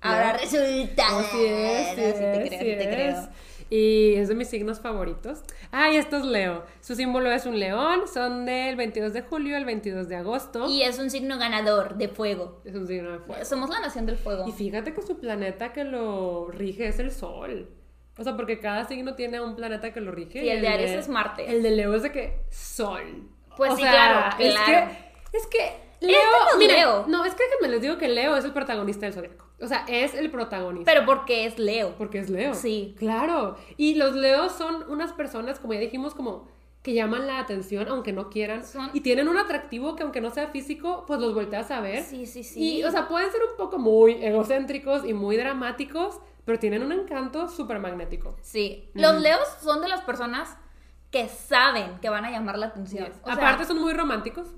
S1: Ahora resulta.
S2: Oh, sí es,
S1: No, sí
S2: sí
S1: te
S2: es,
S1: creo,
S2: sí
S1: sí te
S2: es.
S1: creo.
S2: Y es de mis signos favoritos. Ah, y esto es Leo. Su símbolo es un león. Son del 22 de julio al 22 de agosto.
S1: Y es un signo ganador de fuego.
S2: Es un signo de fuego.
S1: Somos la nación del fuego.
S2: Y fíjate que su planeta que lo rige es el Sol. O sea, porque cada signo tiene un planeta que lo rige.
S1: Sí,
S2: y
S1: el de Aries es Marte.
S2: El de Leo es de que Sol.
S1: Pues
S2: O
S1: sí,
S2: sea,
S1: claro,
S2: es
S1: claro.
S2: que- es que
S1: Este
S2: Leo,
S1: no
S2: mira,
S1: Leo.
S2: no, es que me les digo que Leo es el protagonista del zodiaco. O sea, es el protagonista.
S1: Pero porque es Leo.
S2: Porque es Leo.
S1: Sí.
S2: Claro. Y los Leos son unas personas, como ya dijimos, como que llaman la atención aunque no quieran.
S1: Son-
S2: Y tienen un atractivo que aunque no sea físico, pues los volteas a ver.
S1: Sí, sí, sí.
S2: Y, o sea, pueden ser un poco muy egocéntricos y muy dramáticos, pero tienen un encanto súper magnético.
S1: Sí. Los Leos son de las personas que saben que van a llamar la atención. O sea,
S2: Aparte son muy románticos.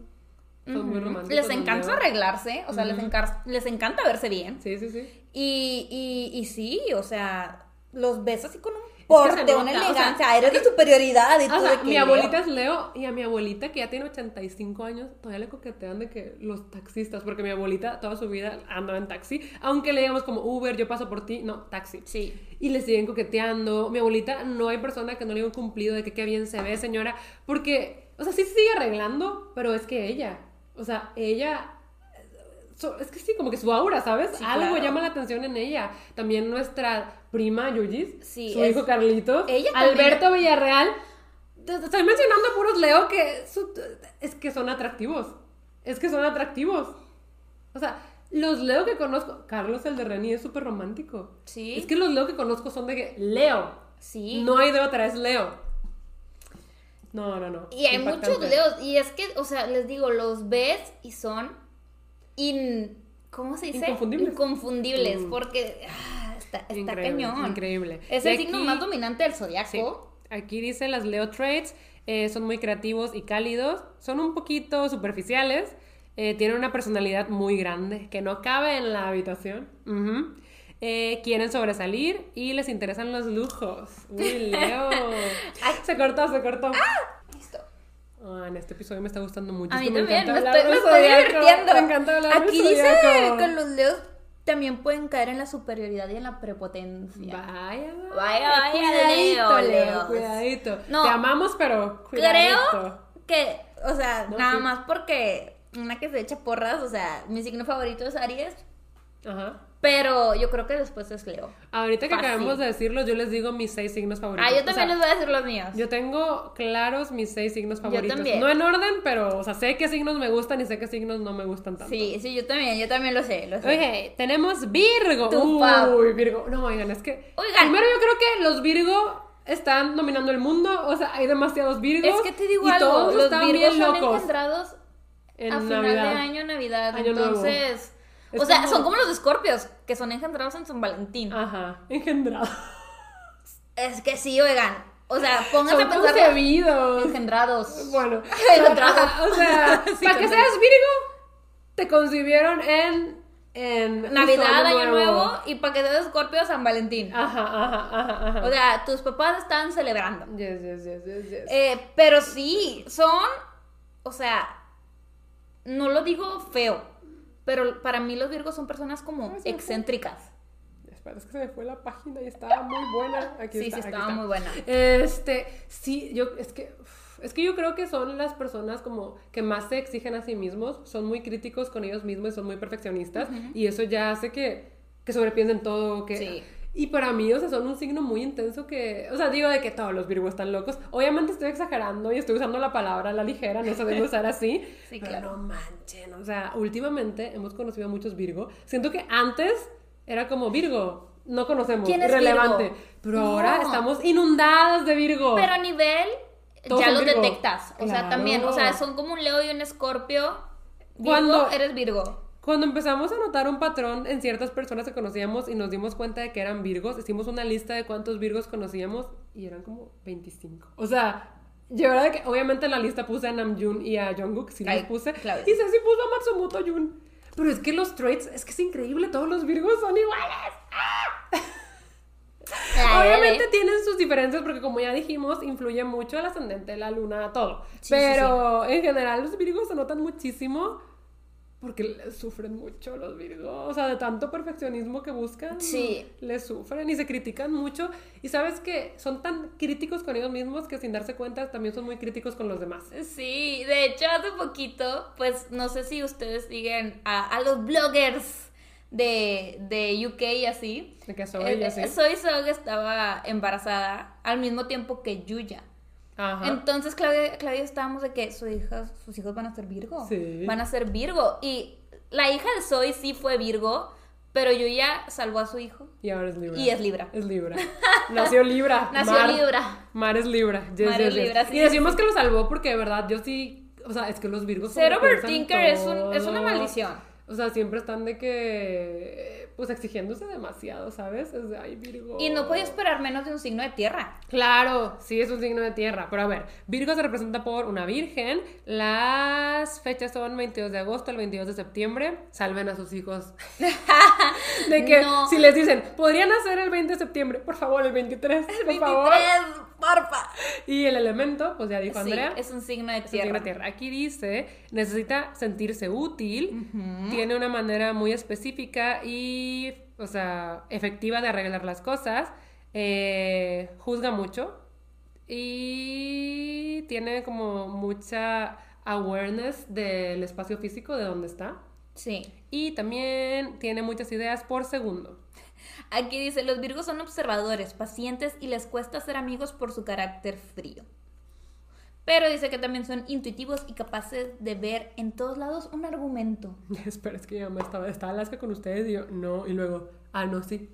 S2: Son muy
S1: ujú,
S2: románticos.
S1: Les
S2: los
S1: encanta
S2: Leos.
S1: arreglarse, o sea, les, encar- les encanta verse bien.
S2: Sí, sí, sí.
S1: Y, y, y sí, o sea, los ves así con un
S2: Es que
S1: porte,
S2: se
S1: una
S2: nota, o
S1: elegancia,
S2: sea,
S1: eres de superioridad y
S2: O
S1: tú
S2: sea,
S1: de que ¿eh?
S2: mi
S1: Leo.
S2: abuelita es Leo y a mi abuelita, que ya tiene 85 años, todavía le coquetean de que los taxistas, porque mi abuelita toda su vida andaba en taxi, aunque le digamos como Uber, yo paso por ti, no, taxi.
S1: Sí.
S2: Y le siguen coqueteando. Mi abuelita, no hay persona que no le diga un cumplido de que qué bien se ve, señora. Porque, o sea, sí se sigue arreglando, pero es que ella, o sea, ella... eh, so- es que sí, como que su aura, ¿sabes?
S1: Sí,
S2: Algo
S1: claro.
S2: llama la atención en ella. También nuestra prima Yuyis,
S1: Sí,
S2: su
S1: es-
S2: hijo Carlitos,
S1: Ella también-
S2: Alberto Villarreal. Te- te Estoy mencionando a puros Leo que su- es que son atractivos. Es que son atractivos. O sea, los Leo que conozco, Carlos el de Reni es súper romántico.
S1: Sí.
S2: Es que los Leo que conozco son de que Leo.
S1: Sí.
S2: No hay de otra, es Leo. No, no, no.
S1: Y hay
S2: Impactante.
S1: muchos leos. Y es que, o sea, les digo, los ves y son in... ¿Cómo se dice?
S2: Inconfundibles.
S1: Inconfundibles,
S2: Mm.
S1: porque ah, está, está
S2: Increíble,
S1: cañón.
S2: Increíble.
S1: Es
S2: Y
S1: el signo
S2: aquí-
S1: más dominante del
S2: Sí.
S1: zodiaco.
S2: Aquí dice las Leo traits, eh, son muy creativos y cálidos, son un poquito superficiales, eh, tienen una personalidad muy grande que no cabe en la habitación. Ujú. Eh, quieren sobresalir y les interesan los lujos. Uy, Leo. se cortó, se cortó.
S1: Listo.
S2: Ah, en este episodio me está gustando mucho.
S1: A
S2: es
S1: mí
S2: que
S1: también, me estoy,
S2: encanta hablar
S1: me
S2: del
S1: estoy
S2: zodiaco,
S1: divirtiendo.
S2: Me encanta hablar del
S1: Aquí dice
S2: zodiaco.
S1: que los leos también pueden caer en la superioridad y en la prepotencia.
S2: Vaya,
S1: Vaya, vaya, Leo,
S2: Cuidadito, Leo,
S1: Leos.
S2: cuidadito.
S1: No.
S2: Te amamos, pero cuidadito.
S1: Creo que, o sea,
S2: No,
S1: nada
S2: sí.
S1: más porque una que se echa porras, o sea, mi signo favorito es Aries,
S2: Ajá.
S1: pero yo creo que después es Leo.
S2: Ahorita que
S1: Fácil.
S2: acabamos de decirlo, yo les digo mis seis signos favoritos.
S1: Ah, yo
S2: O
S1: también
S2: sea,
S1: les voy a decir los míos.
S2: Yo tengo claros mis seis signos favoritos.
S1: también.
S2: No en orden, pero, o sea, sé qué signos me gustan y sé qué signos no me gustan tanto.
S1: sí, sí, yo también, yo también lo sé, lo sé.
S2: Ok, tenemos Virgo.
S1: Tu
S2: Uy,
S1: pap.
S2: Virgo. No, oigan, es que.
S1: Oigan.
S2: Primero, yo creo que los Virgo están dominando el mundo. O sea, hay demasiados Virgos.
S1: Es que te digo
S2: y
S1: algo,
S2: todos
S1: los
S2: están
S1: virgos
S2: bien
S1: son
S2: locos.
S1: encontrados
S2: En
S1: a final
S2: Navidad.
S1: de año, Navidad.
S2: Año nuevo.
S1: entonces,
S2: Es
S1: o sea,
S2: como- Ah.
S1: son como los escorpios, que son engendrados en San Valentín.
S2: Ajá, engendrados.
S1: Es que sí, oigan. O sea, pónganse
S2: Son
S1: a pensar
S2: concebidos.
S1: engendrados.
S2: Bueno,
S1: Encontrados.
S2: o sea,
S1: Sí,
S2: para que
S1: encontrados.
S2: seas Virgo, te concibieron en en justo
S1: Navidad, Año Nuevo y para que sea de Scorpio San Valentín.
S2: Ajá, ajá, ajá, ajá.
S1: O sea, tus papás están celebrando.
S2: Yes, yes, yes, yes, yes.
S1: Eh, pero sí, son, o sea, no lo digo feo, pero para mí los virgos son personas como
S2: Ay, Ah, sí,
S1: excéntricas.
S2: Espera, es que se me fue la página y estaba muy buena. Aquí
S1: Sí,
S2: está,
S1: sí,
S2: aquí
S1: estaba
S2: está.
S1: muy buena.
S2: Este, sí, yo, es que, uf, es que yo creo que son las personas como que más se exigen a sí mismos, son muy críticos con ellos mismos y son muy perfeccionistas, y eso ya hace que, que sobrepiensen todo, que...
S1: Sí.
S2: Y para mí, o sea, son un signo muy intenso que, o sea, digo de que todos los virgos están locos. Obviamente estoy exagerando y estoy usando la palabra a la ligera, no se debe usar así.
S1: Sí,
S2: pero
S1: claro.
S2: no manchen, o sea, últimamente hemos conocido a muchos virgo. Siento que antes era como virgo, no conocemos,
S1: ¿Quién es
S2: irrelevante.
S1: virgo?
S2: Pero
S1: No.
S2: ahora estamos inundadas de virgo.
S1: Pero a nivel,
S2: Oh. Todos
S1: ya
S2: son
S1: los
S2: Virgo.
S1: detectas. O sea,
S2: Claro.
S1: también, o sea, son como un Leo y un Escorpio. Virgo,
S2: Cuando-
S1: eres Virgo.
S2: Cuando empezamos a notar un patrón en ciertas personas que conocíamos y nos dimos cuenta de que eran virgos, hicimos una lista de cuántos virgos conocíamos y eran como 25. O sea, yo verdad que obviamente en la lista puse a Namjoon y a Jungkook, sí
S1: Ay,
S2: los puse.
S1: claro.
S2: Y Ceci puso a Matsumoto Jun. Pero es que los traits, es que es increíble, todos los virgos son iguales.
S1: Ay,
S2: Obviamente
S1: dale.
S2: tienen sus diferencias porque como ya dijimos, influye mucho el ascendente, la luna, todo.
S1: sí,
S2: Pero en general los virgos se notan muchísimo porque le- sufren mucho los virgos. O sea, de tanto perfeccionismo que buscan,
S1: Sí.
S2: les sufren y se critican mucho. Y sabes que son tan críticos con ellos mismos que sin darse cuenta también son muy críticos con los demás. ¿eh?
S1: Sí, de hecho hace poquito, pues no sé si ustedes siguen a, a los bloggers de, de UK y así.
S2: De que soy
S1: Eh,
S2: yo,
S1: eh,
S2: sí.
S1: Soy Sog estaba embarazada al mismo tiempo que Yuya.
S2: Ajá.
S1: Entonces Claudia, Claudia estábamos de que su hija, sus hijos van a ser Virgo.
S2: Sí.
S1: Van a ser Virgo. Y la hija de Zoe sí fue Virgo, pero Yuya salvó a su hijo.
S2: Y ahora es Libra.
S1: Y es Libra.
S2: Es Libra. Nació Libra.
S1: Nació
S2: Mar.
S1: Libra.
S2: Mar es Libra. Yes,
S1: Mar
S2: yes,
S1: es
S2: yes.
S1: Libra, sí,
S2: Y decimos que lo salvó porque de verdad yo sí. O sea, es que los Virgos.
S1: Ser
S2: sobrepiensan
S1: overthinker es, un- es una
S2: todo.
S1: maldición.
S2: O sea, siempre están de que. Pues exigiéndose demasiado, ¿sabes? Es de, ay, Virgo.
S1: Y no podía esperar menos de un signo de tierra.
S2: Claro, sí, es un signo de tierra. Pero a ver, Virgo se representa por una virgen. Las fechas son 22 de agosto al 22 de septiembre. Salven a sus hijos. de que
S1: No.
S2: si les dicen, podrían hacer el 20 de septiembre, por favor, el 23, por favor.
S1: 23, porfa.
S2: Y el elemento, pues ya dijo
S1: Sí,
S2: Andrea.
S1: es un signo de
S2: es un signo
S1: tierra.
S2: de tierra. Aquí dice, necesita sentirse útil, tiene una manera muy específica y, o sea, efectiva de arreglar las cosas, eh, juzga mucho y tiene como mucha awareness del espacio físico de donde está
S1: Sí.
S2: y también tiene muchas ideas por segundo.
S1: Aquí dice, los virgos son observadores, pacientes y les cuesta ser amigos por su carácter frío. Pero dice que también son intuitivos y capaces de ver en todos lados un argumento.
S2: Espera, es que yo me estaba, estaba Alaska con ustedes y yo, no, y luego, ah, no, sí.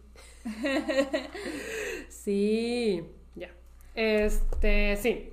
S2: sí, ya. Este, sí.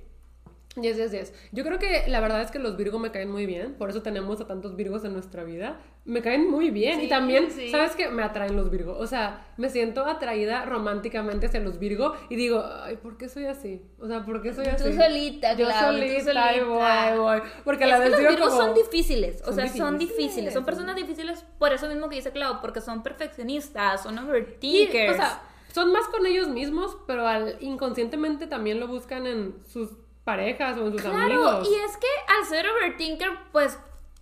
S2: Yes, yes, yes. Yo creo que la verdad es que los Virgo me caen muy bien, por eso tenemos a tantos Virgos en nuestra vida. Me caen muy bien y
S1: Sí,
S2: también,
S1: sí.
S2: ¿sabes qué? Me atraen los Virgo. O sea, me siento atraída románticamente hacia los Virgo y digo, ay, ¿por qué soy así? O sea, ¿por qué soy así?
S1: solita,
S2: Yo
S1: Clau, tú
S2: solita, ahí voy,
S1: solita.
S2: ahí voy. Porque a
S1: Es
S2: la
S1: que
S2: vez
S1: los
S2: digo
S1: virgos
S2: como-
S1: son difíciles, o
S2: son
S1: sea, son
S2: difíciles.
S1: difíciles, son personas difíciles por eso mismo que dice Clau, porque son perfeccionistas, son
S2: Y,
S1: overthinkers.
S2: o sea, son más con ellos mismos, pero al inconscientemente también lo buscan en sus parejas o en sus
S1: Claro,
S2: amigos.
S1: y es que al ser overthinker, pues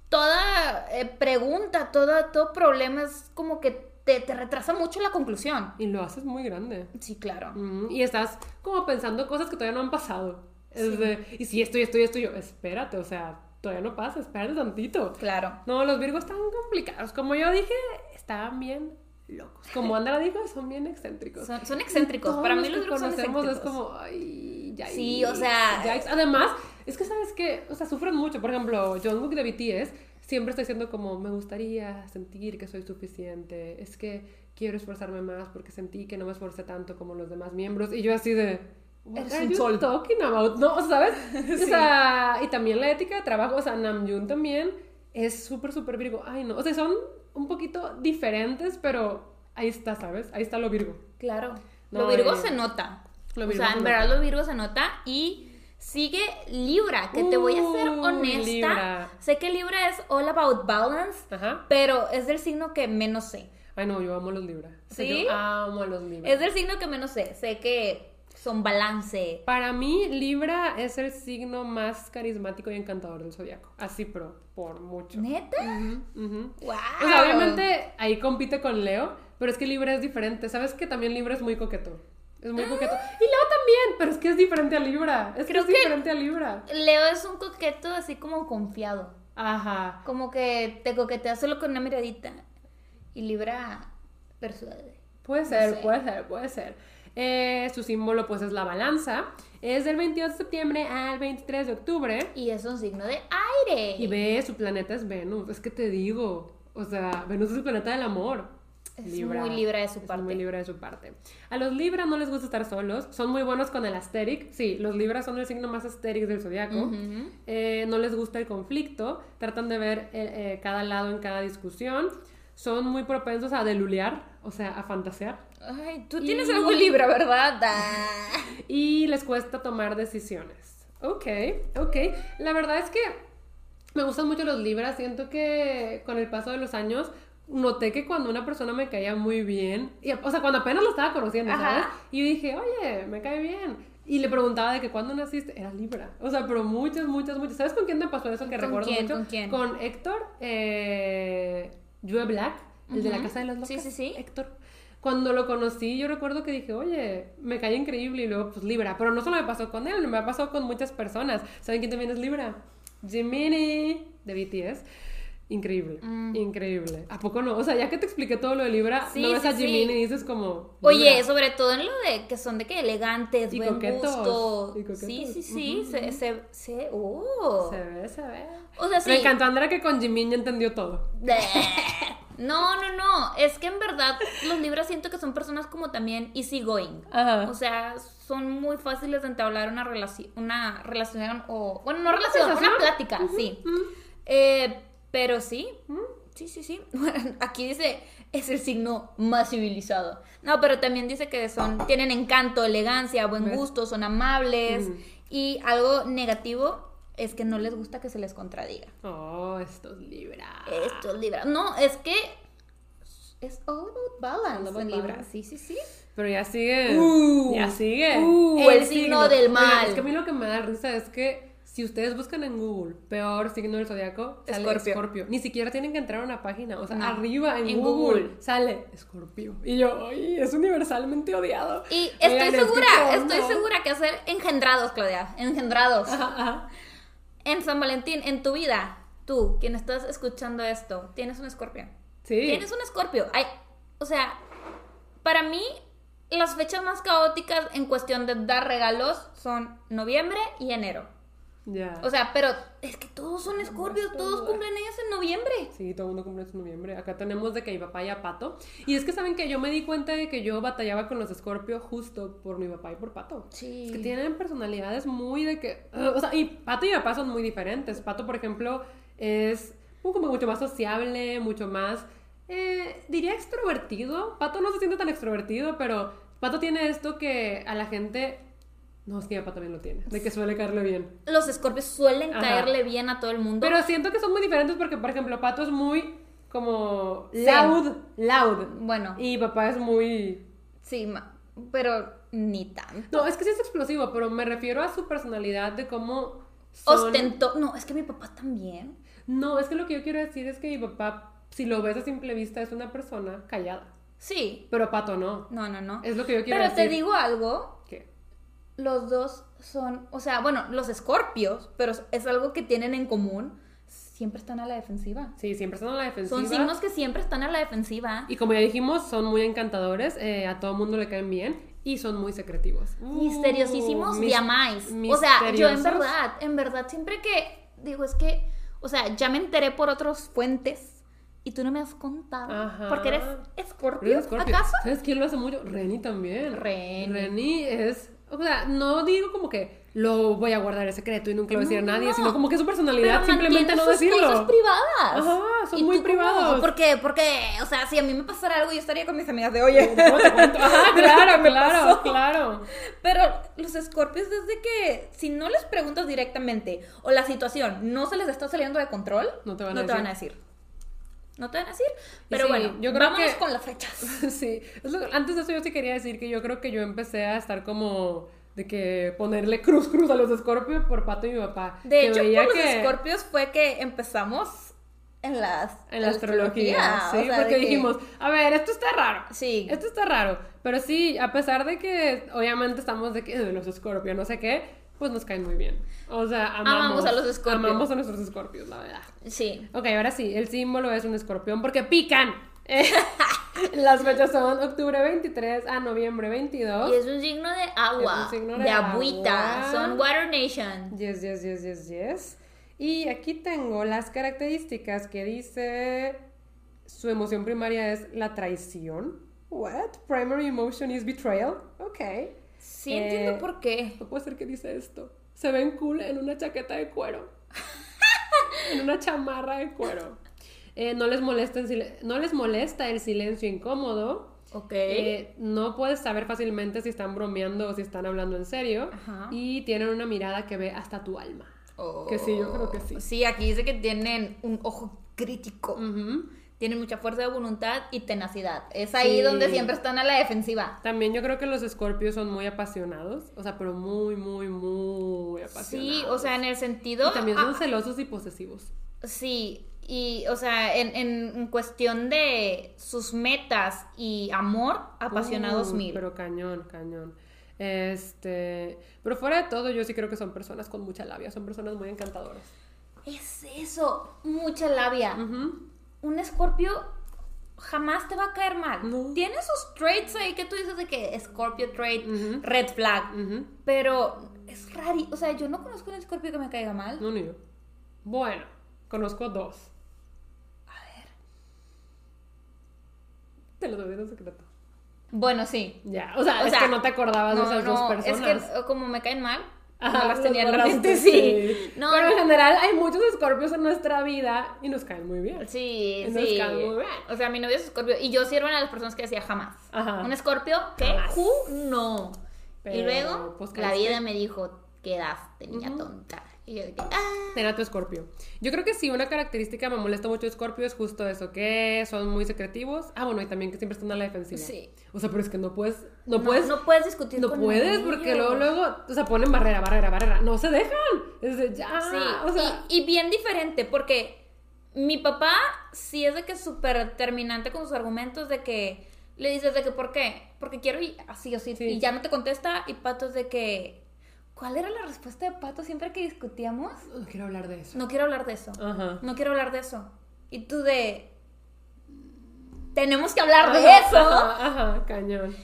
S1: toda eh, pregunta, toda, todo problema es como que te, te retrasa mucho la conclusión.
S2: Y lo haces muy grande.
S1: Sí, claro.
S2: Mm, y estás como pensando cosas que todavía no han pasado. Es de, y si esto y esto y esto, y yo, espérate, o sea, todavía no pasa, espérate tantito.
S1: Claro.
S2: No, los virgos están complicados. Como yo dije, estaban bien locos. Como Andra dijo, son bien excéntricos.
S1: Son, son excéntricos.
S2: Todos
S1: Para
S2: los
S1: mí los
S2: que
S1: grupos son
S2: conocemos
S1: excéntricos.
S2: es como, ay, ya.
S1: Sí, o sea-
S2: ya- Además, es que sabes que, o sea, sufren mucho. Por ejemplo, Jungkook de BTS siempre está diciendo como, me gustaría sentir que soy suficiente. Es que quiero esforzarme más porque sentí que no me esforcé tanto como los demás miembros. Y yo así de... What
S1: Eres
S2: are
S1: un
S2: you
S1: sol.
S2: talking about? No, o sea, ¿sabes? O
S1: Sí.
S2: sea, y también la ética de trabajo, o sea, Namjoon también es súper, súper virgo. Ay, no, o sea, son un poquito diferentes, pero ahí está, ¿sabes? Ahí está lo virgo.
S1: Claro.
S2: No,
S1: lo virgo
S2: eh,
S1: se nota.
S2: lo
S1: o
S2: virgo
S1: sea,
S2: se
S1: en
S2: nota.
S1: verdad lo virgo se nota y Sigue Libra, que te voy a ser
S2: Uh,
S1: honesta.
S2: Libra.
S1: Sé que Libra es all about balance,
S2: Ajá.
S1: pero es del signo que menos sé.
S2: Ay, no, yo amo los Libra. O sea,
S1: ¿Sí?
S2: Yo amo a los Libra.
S1: Es del signo que menos sé. Sé que son balance.
S2: Para mí, Libra es el signo más carismático y encantador del zodiaco. Así, pero por mucho.
S1: ¿Neta? Ah.
S2: Ujú.
S1: Wow.
S2: O sea, obviamente ahí compite con Leo, pero es que Libra es diferente. ¿Sabes que también Libra es muy coqueto? Es muy coqueto.
S1: Ah.
S2: Y Leo también, pero es que es diferente a Libra. Es
S1: Creo
S2: que
S1: que-
S2: es diferente a Libra.
S1: Leo es un coqueto así como confiado.
S2: Ajá.
S1: Como que te coquetea solo con una miradita. Y Libra persuade.
S2: Puede ser,
S1: sé.
S2: puede ser, puede ser. Eh, su símbolo pues es la balanza. Es del 22 de septiembre al 23 de octubre.
S1: Y es un signo de aire.
S2: Y ve, su planeta es Venus. Es que te digo. O sea, Venus es el planeta del amor.
S1: Es muy Libra de su
S2: Es
S1: parte.
S2: muy libra de su parte. A los libras no les gusta estar solos. Son muy buenos con el asteric. Sí, los libras son el signo más asteric del zodiaco.
S1: Ujú.
S2: Eh, no les gusta el conflicto. Tratan de ver eh, eh, cada lado en cada discusión. Son muy propensos a delulear, o sea, a fantasear.
S1: Ay, tú
S2: Y-
S1: tienes algo Libra, ¿verdad? Ah.
S2: y les cuesta tomar decisiones. Ok, ok. La verdad es que me gustan mucho los libras. Siento que con el paso de los años noté que cuando una persona me caía muy bien, y, o sea, cuando apenas lo estaba conociendo,
S1: Ajá.
S2: ¿sabes? Y yo dije, oye, me cae bien. Y le preguntaba de que cuándo naciste, era Libra. O sea, pero muchas, muchas, muchas. ¿Sabes con quién me pasó eso que
S1: ¿Con
S2: recuerdo
S1: quién?
S2: mucho?
S1: ¿Con quién?
S2: Con Héctor, eh, Yue Black, el de la
S1: Ujú.
S2: Casa de las Locas.
S1: Sí, sí, sí.
S2: Héctor. Cuando lo conocí, yo recuerdo que dije, oye, me cae increíble y luego, pues Libra. Pero no solo me pasó con él, me ha pasado con muchas personas. ¿Saben quién también es Libra? Jiminy de BTS. Increíble,
S1: Mm.
S2: increíble. ¿A poco no? O sea, ya que te expliqué todo lo de Libra,
S1: Sí,
S2: no ves
S1: sí,
S2: a
S1: sí.
S2: Jiminy y dices como.
S1: Oye,
S2: Libra.
S1: sobre todo en lo de que son de que elegantes,
S2: Y
S1: buen
S2: coquetos,
S1: gusto.
S2: y coquetos.
S1: Sí, sí, sí.
S2: Ujú,
S1: se, se, se- oh.
S2: Se ve, se ve.
S1: O sea, sí.
S2: Me encantó Andrea que con Jiminy entendió todo.
S1: No, no, no. Es que en verdad los libros siento que son personas como también easygoing.
S2: Ajá.
S1: O sea, son muy fáciles de entablar una relación, una relación o bueno, no relación,
S2: conversación?
S1: una plática, sí. Eh, pero sí,
S2: ¿Mm?
S1: sí, sí, sí. Aquí dice es el signo más civilizado. No, pero también dice que son tienen encanto, elegancia, buen
S2: ¿Ves?
S1: gusto, son amables
S2: Ujú.
S1: y algo negativo es que no les gusta que se les contradiga.
S2: Oh, estos Libra.
S1: Estos libras. No, es que es all about
S2: All
S1: balance
S2: about
S1: en Libra.
S2: balance.
S1: Sí, sí, sí.
S2: Pero ya sigue.
S1: Uh.
S2: ya sigue.
S1: Uh, el signo del
S2: Oigan,
S1: mal.
S2: es que a mí lo que me da risa es que si ustedes buscan en Google peor signo del zodiaco, sale
S1: Escorpio.
S2: Scorpio. Ni siquiera tienen que entrar a una página. O sea,
S1: No.
S2: arriba en,
S1: En
S2: Google,
S1: Google.
S2: sale Scorpio. Y yo, ay, es universalmente odiado.
S1: Y
S2: Oigan,
S1: estoy
S2: es que
S1: segura,
S2: qué onda.
S1: estoy segura que hacer engendrados, Claudia. Engendrados.
S2: Ajá, ajá.
S1: En San Valentín, en tu vida, tú, quien estás escuchando esto, tienes un escorpio.
S2: Sí.
S1: Tienes un escorpio. Ay, o sea, para mí, las fechas más caóticas en cuestión de dar regalos son noviembre y enero.
S2: Ya.
S1: O sea, pero es que todos son escorpios, todos cumplen ellos en noviembre.
S2: Sí, todo el mundo cumple en noviembre. Acá tenemos de que mi papá y a Pato. Y es que saben que yo me di cuenta de que yo batallaba con los Scorpio justo por mi papá y por Pato.
S1: Sí.
S2: Es que tienen personalidades muy de que. o sea, y Pato y papá son muy diferentes. Pato, por ejemplo, es un como mucho más sociable, mucho más. eh, diría extrovertido. Pato no se siente tan extrovertido, pero Pato tiene esto que a la gente. No, es que mi papá también lo tiene. De que suele caerle bien.
S1: Los escorpios suelen
S2: Ajá.
S1: caerle bien a todo el mundo.
S2: Pero siento que son muy diferentes porque, por ejemplo, Pato es muy como
S1: Zen.
S2: loud, loud.
S1: bueno,
S2: Y papá es muy...
S1: sí, ma- pero ni tan.
S2: No, es que sí es explosivo, pero me refiero a su personalidad de cómo... son-
S1: Ostentó. No, es que mi papá también.
S2: No, es que lo que yo quiero decir es que mi papá, si lo ves a simple vista, es una persona callada.
S1: Sí.
S2: Pero Pato no.
S1: No, no, no.
S2: Es lo que yo quiero
S1: Pero te
S2: decir.
S1: digo algo.
S2: ¿Qué?
S1: Los dos son. O sea, bueno, los escorpios, pero es algo que tienen en común. Siempre están a la defensiva.
S2: Sí, siempre están a la defensiva.
S1: Son signos que siempre están a la defensiva.
S2: Y como ya dijimos, son muy encantadores, eh, a todo mundo le caen bien y son muy secretivos. Uh,
S1: misteriosísimos
S2: mis-
S1: de amáis. O sea, yo en
S2: misteriosos.
S1: verdad, en verdad, siempre que digo es que, o sea, ya me enteré por otras fuentes y tú no me has contado.
S2: Ajá.
S1: Porque eres escorpio,
S2: Ren Scorpio.
S1: ¿acaso?
S2: ¿Sabes quién lo hace mucho? Reni también.
S1: Reni.
S2: Reni es. O sea, no digo como que lo voy a guardar en secreto y nunca lo voy a decir a
S1: No,
S2: nadie,
S1: no.
S2: sino como que su personalidad
S1: Pero
S2: simplemente
S1: mantiene
S2: no
S1: sus
S2: decirlo.
S1: cosas privadas.
S2: Ajá, son
S1: ¿Y
S2: muy
S1: tú cómo?
S2: privados.
S1: ¿Por qué? Porque, o sea, si a mí me pasara algo, yo estaría con mis amigas de, oye,
S2: ¿Cómo te cuento? Ah, claro,
S1: Me
S2: claro,
S1: pasó.
S2: claro.
S1: Pero los escorpios desde que si no les preguntas directamente o la situación no se les está saliendo de control,
S2: No te van a
S1: no
S2: decir.
S1: No te van a decir. Pero
S2: sí,
S1: bueno,
S2: yo creo
S1: vámonos
S2: que-
S1: con las fechas.
S2: Sí, es lo- antes de eso yo sí quería decir que yo creo que yo empecé a estar como de que ponerle cruz cruz a los escorpios por pato y mi papá.
S1: De
S2: Que
S1: hecho,
S2: veía
S1: por los
S2: que-
S1: escorpios fue que empezamos en las
S2: En la astrología, sí,
S1: o sea,
S2: porque
S1: de que-
S2: dijimos, a ver, esto está raro.
S1: Sí.
S2: Esto está raro. Pero sí, a pesar de que obviamente estamos de que "Eh, los escorpios, no sé qué, pues nos caen muy bien. O sea, amamos,
S1: Amamos a los escorpios.
S2: Amamos a nuestros escorpios, la verdad.
S1: Sí.
S2: Ok, ahora sí, el símbolo es un escorpión porque pican. Eh, Las fechas son octubre 23 a noviembre 22.
S1: Y es un signo de agua,
S2: Es un signo
S1: de,
S2: de
S1: agüita,
S2: agua.
S1: son Water Nation.
S2: Yes, yes, yes, yes, yes. Y aquí tengo las características que dice su emoción primaria es la traición. What? Primary emotion is betrayal. Ok.
S1: Sí,
S2: Eh,
S1: entiendo por qué.
S2: No puede ser que dice esto. Se ven cool en una chaqueta de cuero. en una chamarra de cuero. Eh, no, les molesta el silen- no les molesta el silencio incómodo.
S1: Ok.
S2: Eh, no puedes saber fácilmente si están bromeando o si están hablando en serio.
S1: Ajá.
S2: Y tienen una mirada que ve hasta tu alma.
S1: Oh.
S2: que sí, yo creo que sí.
S1: Sí, aquí dice que tienen un ojo crítico.
S2: Ujú.
S1: Tienen mucha fuerza de voluntad y tenacidad. Es ahí
S2: Sí.
S1: donde siempre están a la defensiva.
S2: También yo creo que los escorpios son muy apasionados. O sea, pero muy, muy, muy apasionados.
S1: Sí, o sea, en el sentido...
S2: Y también son
S1: ah,
S2: celosos y posesivos.
S1: sí, y o sea, en, en- en cuestión de sus metas y amor, apasionados
S2: Uy,
S1: mil.
S2: Uh, Pero cañón, cañón. Este, pero fuera de todo, yo sí creo que son personas con mucha labia, son personas muy encantadoras.
S1: Es eso, mucha labia.
S2: Mm. Ujú.
S1: Un escorpio jamás te va a caer mal.
S2: No.
S1: Tiene sus traits ahí que tú dices de que escorpio trait,
S2: Ujú.
S1: red flag.
S2: Ujú.
S1: Pero es raro. O sea, yo no conozco un escorpio que me caiga mal.
S2: No, ni yo. Bueno, conozco dos. A ver. Te lo doy en secreto.
S1: Bueno, sí.
S2: Ya, o sea,
S1: O
S2: es
S1: sea,
S2: que no te acordabas de esas dos
S1: es
S2: personas.
S1: que eh, como me caen mal,
S2: Ajá,
S1: no las tenía en la
S2: borraste,
S1: mente, sí. No,
S2: Pero en
S1: no,
S2: general hay muchos escorpios en nuestra vida y nos caen muy bien.
S1: sí,
S2: Nos
S1: sí.
S2: caen muy bien.
S1: O sea, mi novio es escorpio y yo sirvo a las personas que decía jamás.
S2: Ajá.
S1: Un escorpio que
S2: Jamás.
S1: ju, no. y
S2: Pero,
S1: luego
S2: pues,
S1: la
S2: caíste.
S1: vida me dijo, quedaste, niña
S2: Ujú.
S1: tonta. Y yo dije, ah.
S2: Era tu escorpio. Yo creo que sí, una característica que me molesta mucho de escorpio es justo eso, que son muy secretivos. Ah, bueno, y también que siempre están a la defensiva.
S1: Sí.
S2: O sea, pero es que no puedes, no, puedes, no,
S1: no puedes discutir con
S2: puedes porque luego,
S1: ellos.
S2: luego, o sea, ponen barrera, barrera, barrera. No se dejan. Es de, ya,
S1: Sí,
S2: o sea,
S1: y, y bien diferente, porque mi papá sí es de que súper determinante con sus argumentos de que le dices de que ¿por qué? Porque quiero y así o sí,
S2: Sí.
S1: y ya no te contesta y Pato es de que ¿cuál era la respuesta de Pato siempre que discutíamos?
S2: no quiero hablar de eso.
S1: No quiero hablar de eso.
S2: Ajá.
S1: No quiero hablar de eso. Y tú de tenemos que hablar de
S2: Ajá,
S1: eso.
S2: Ajá, ajá, cañón.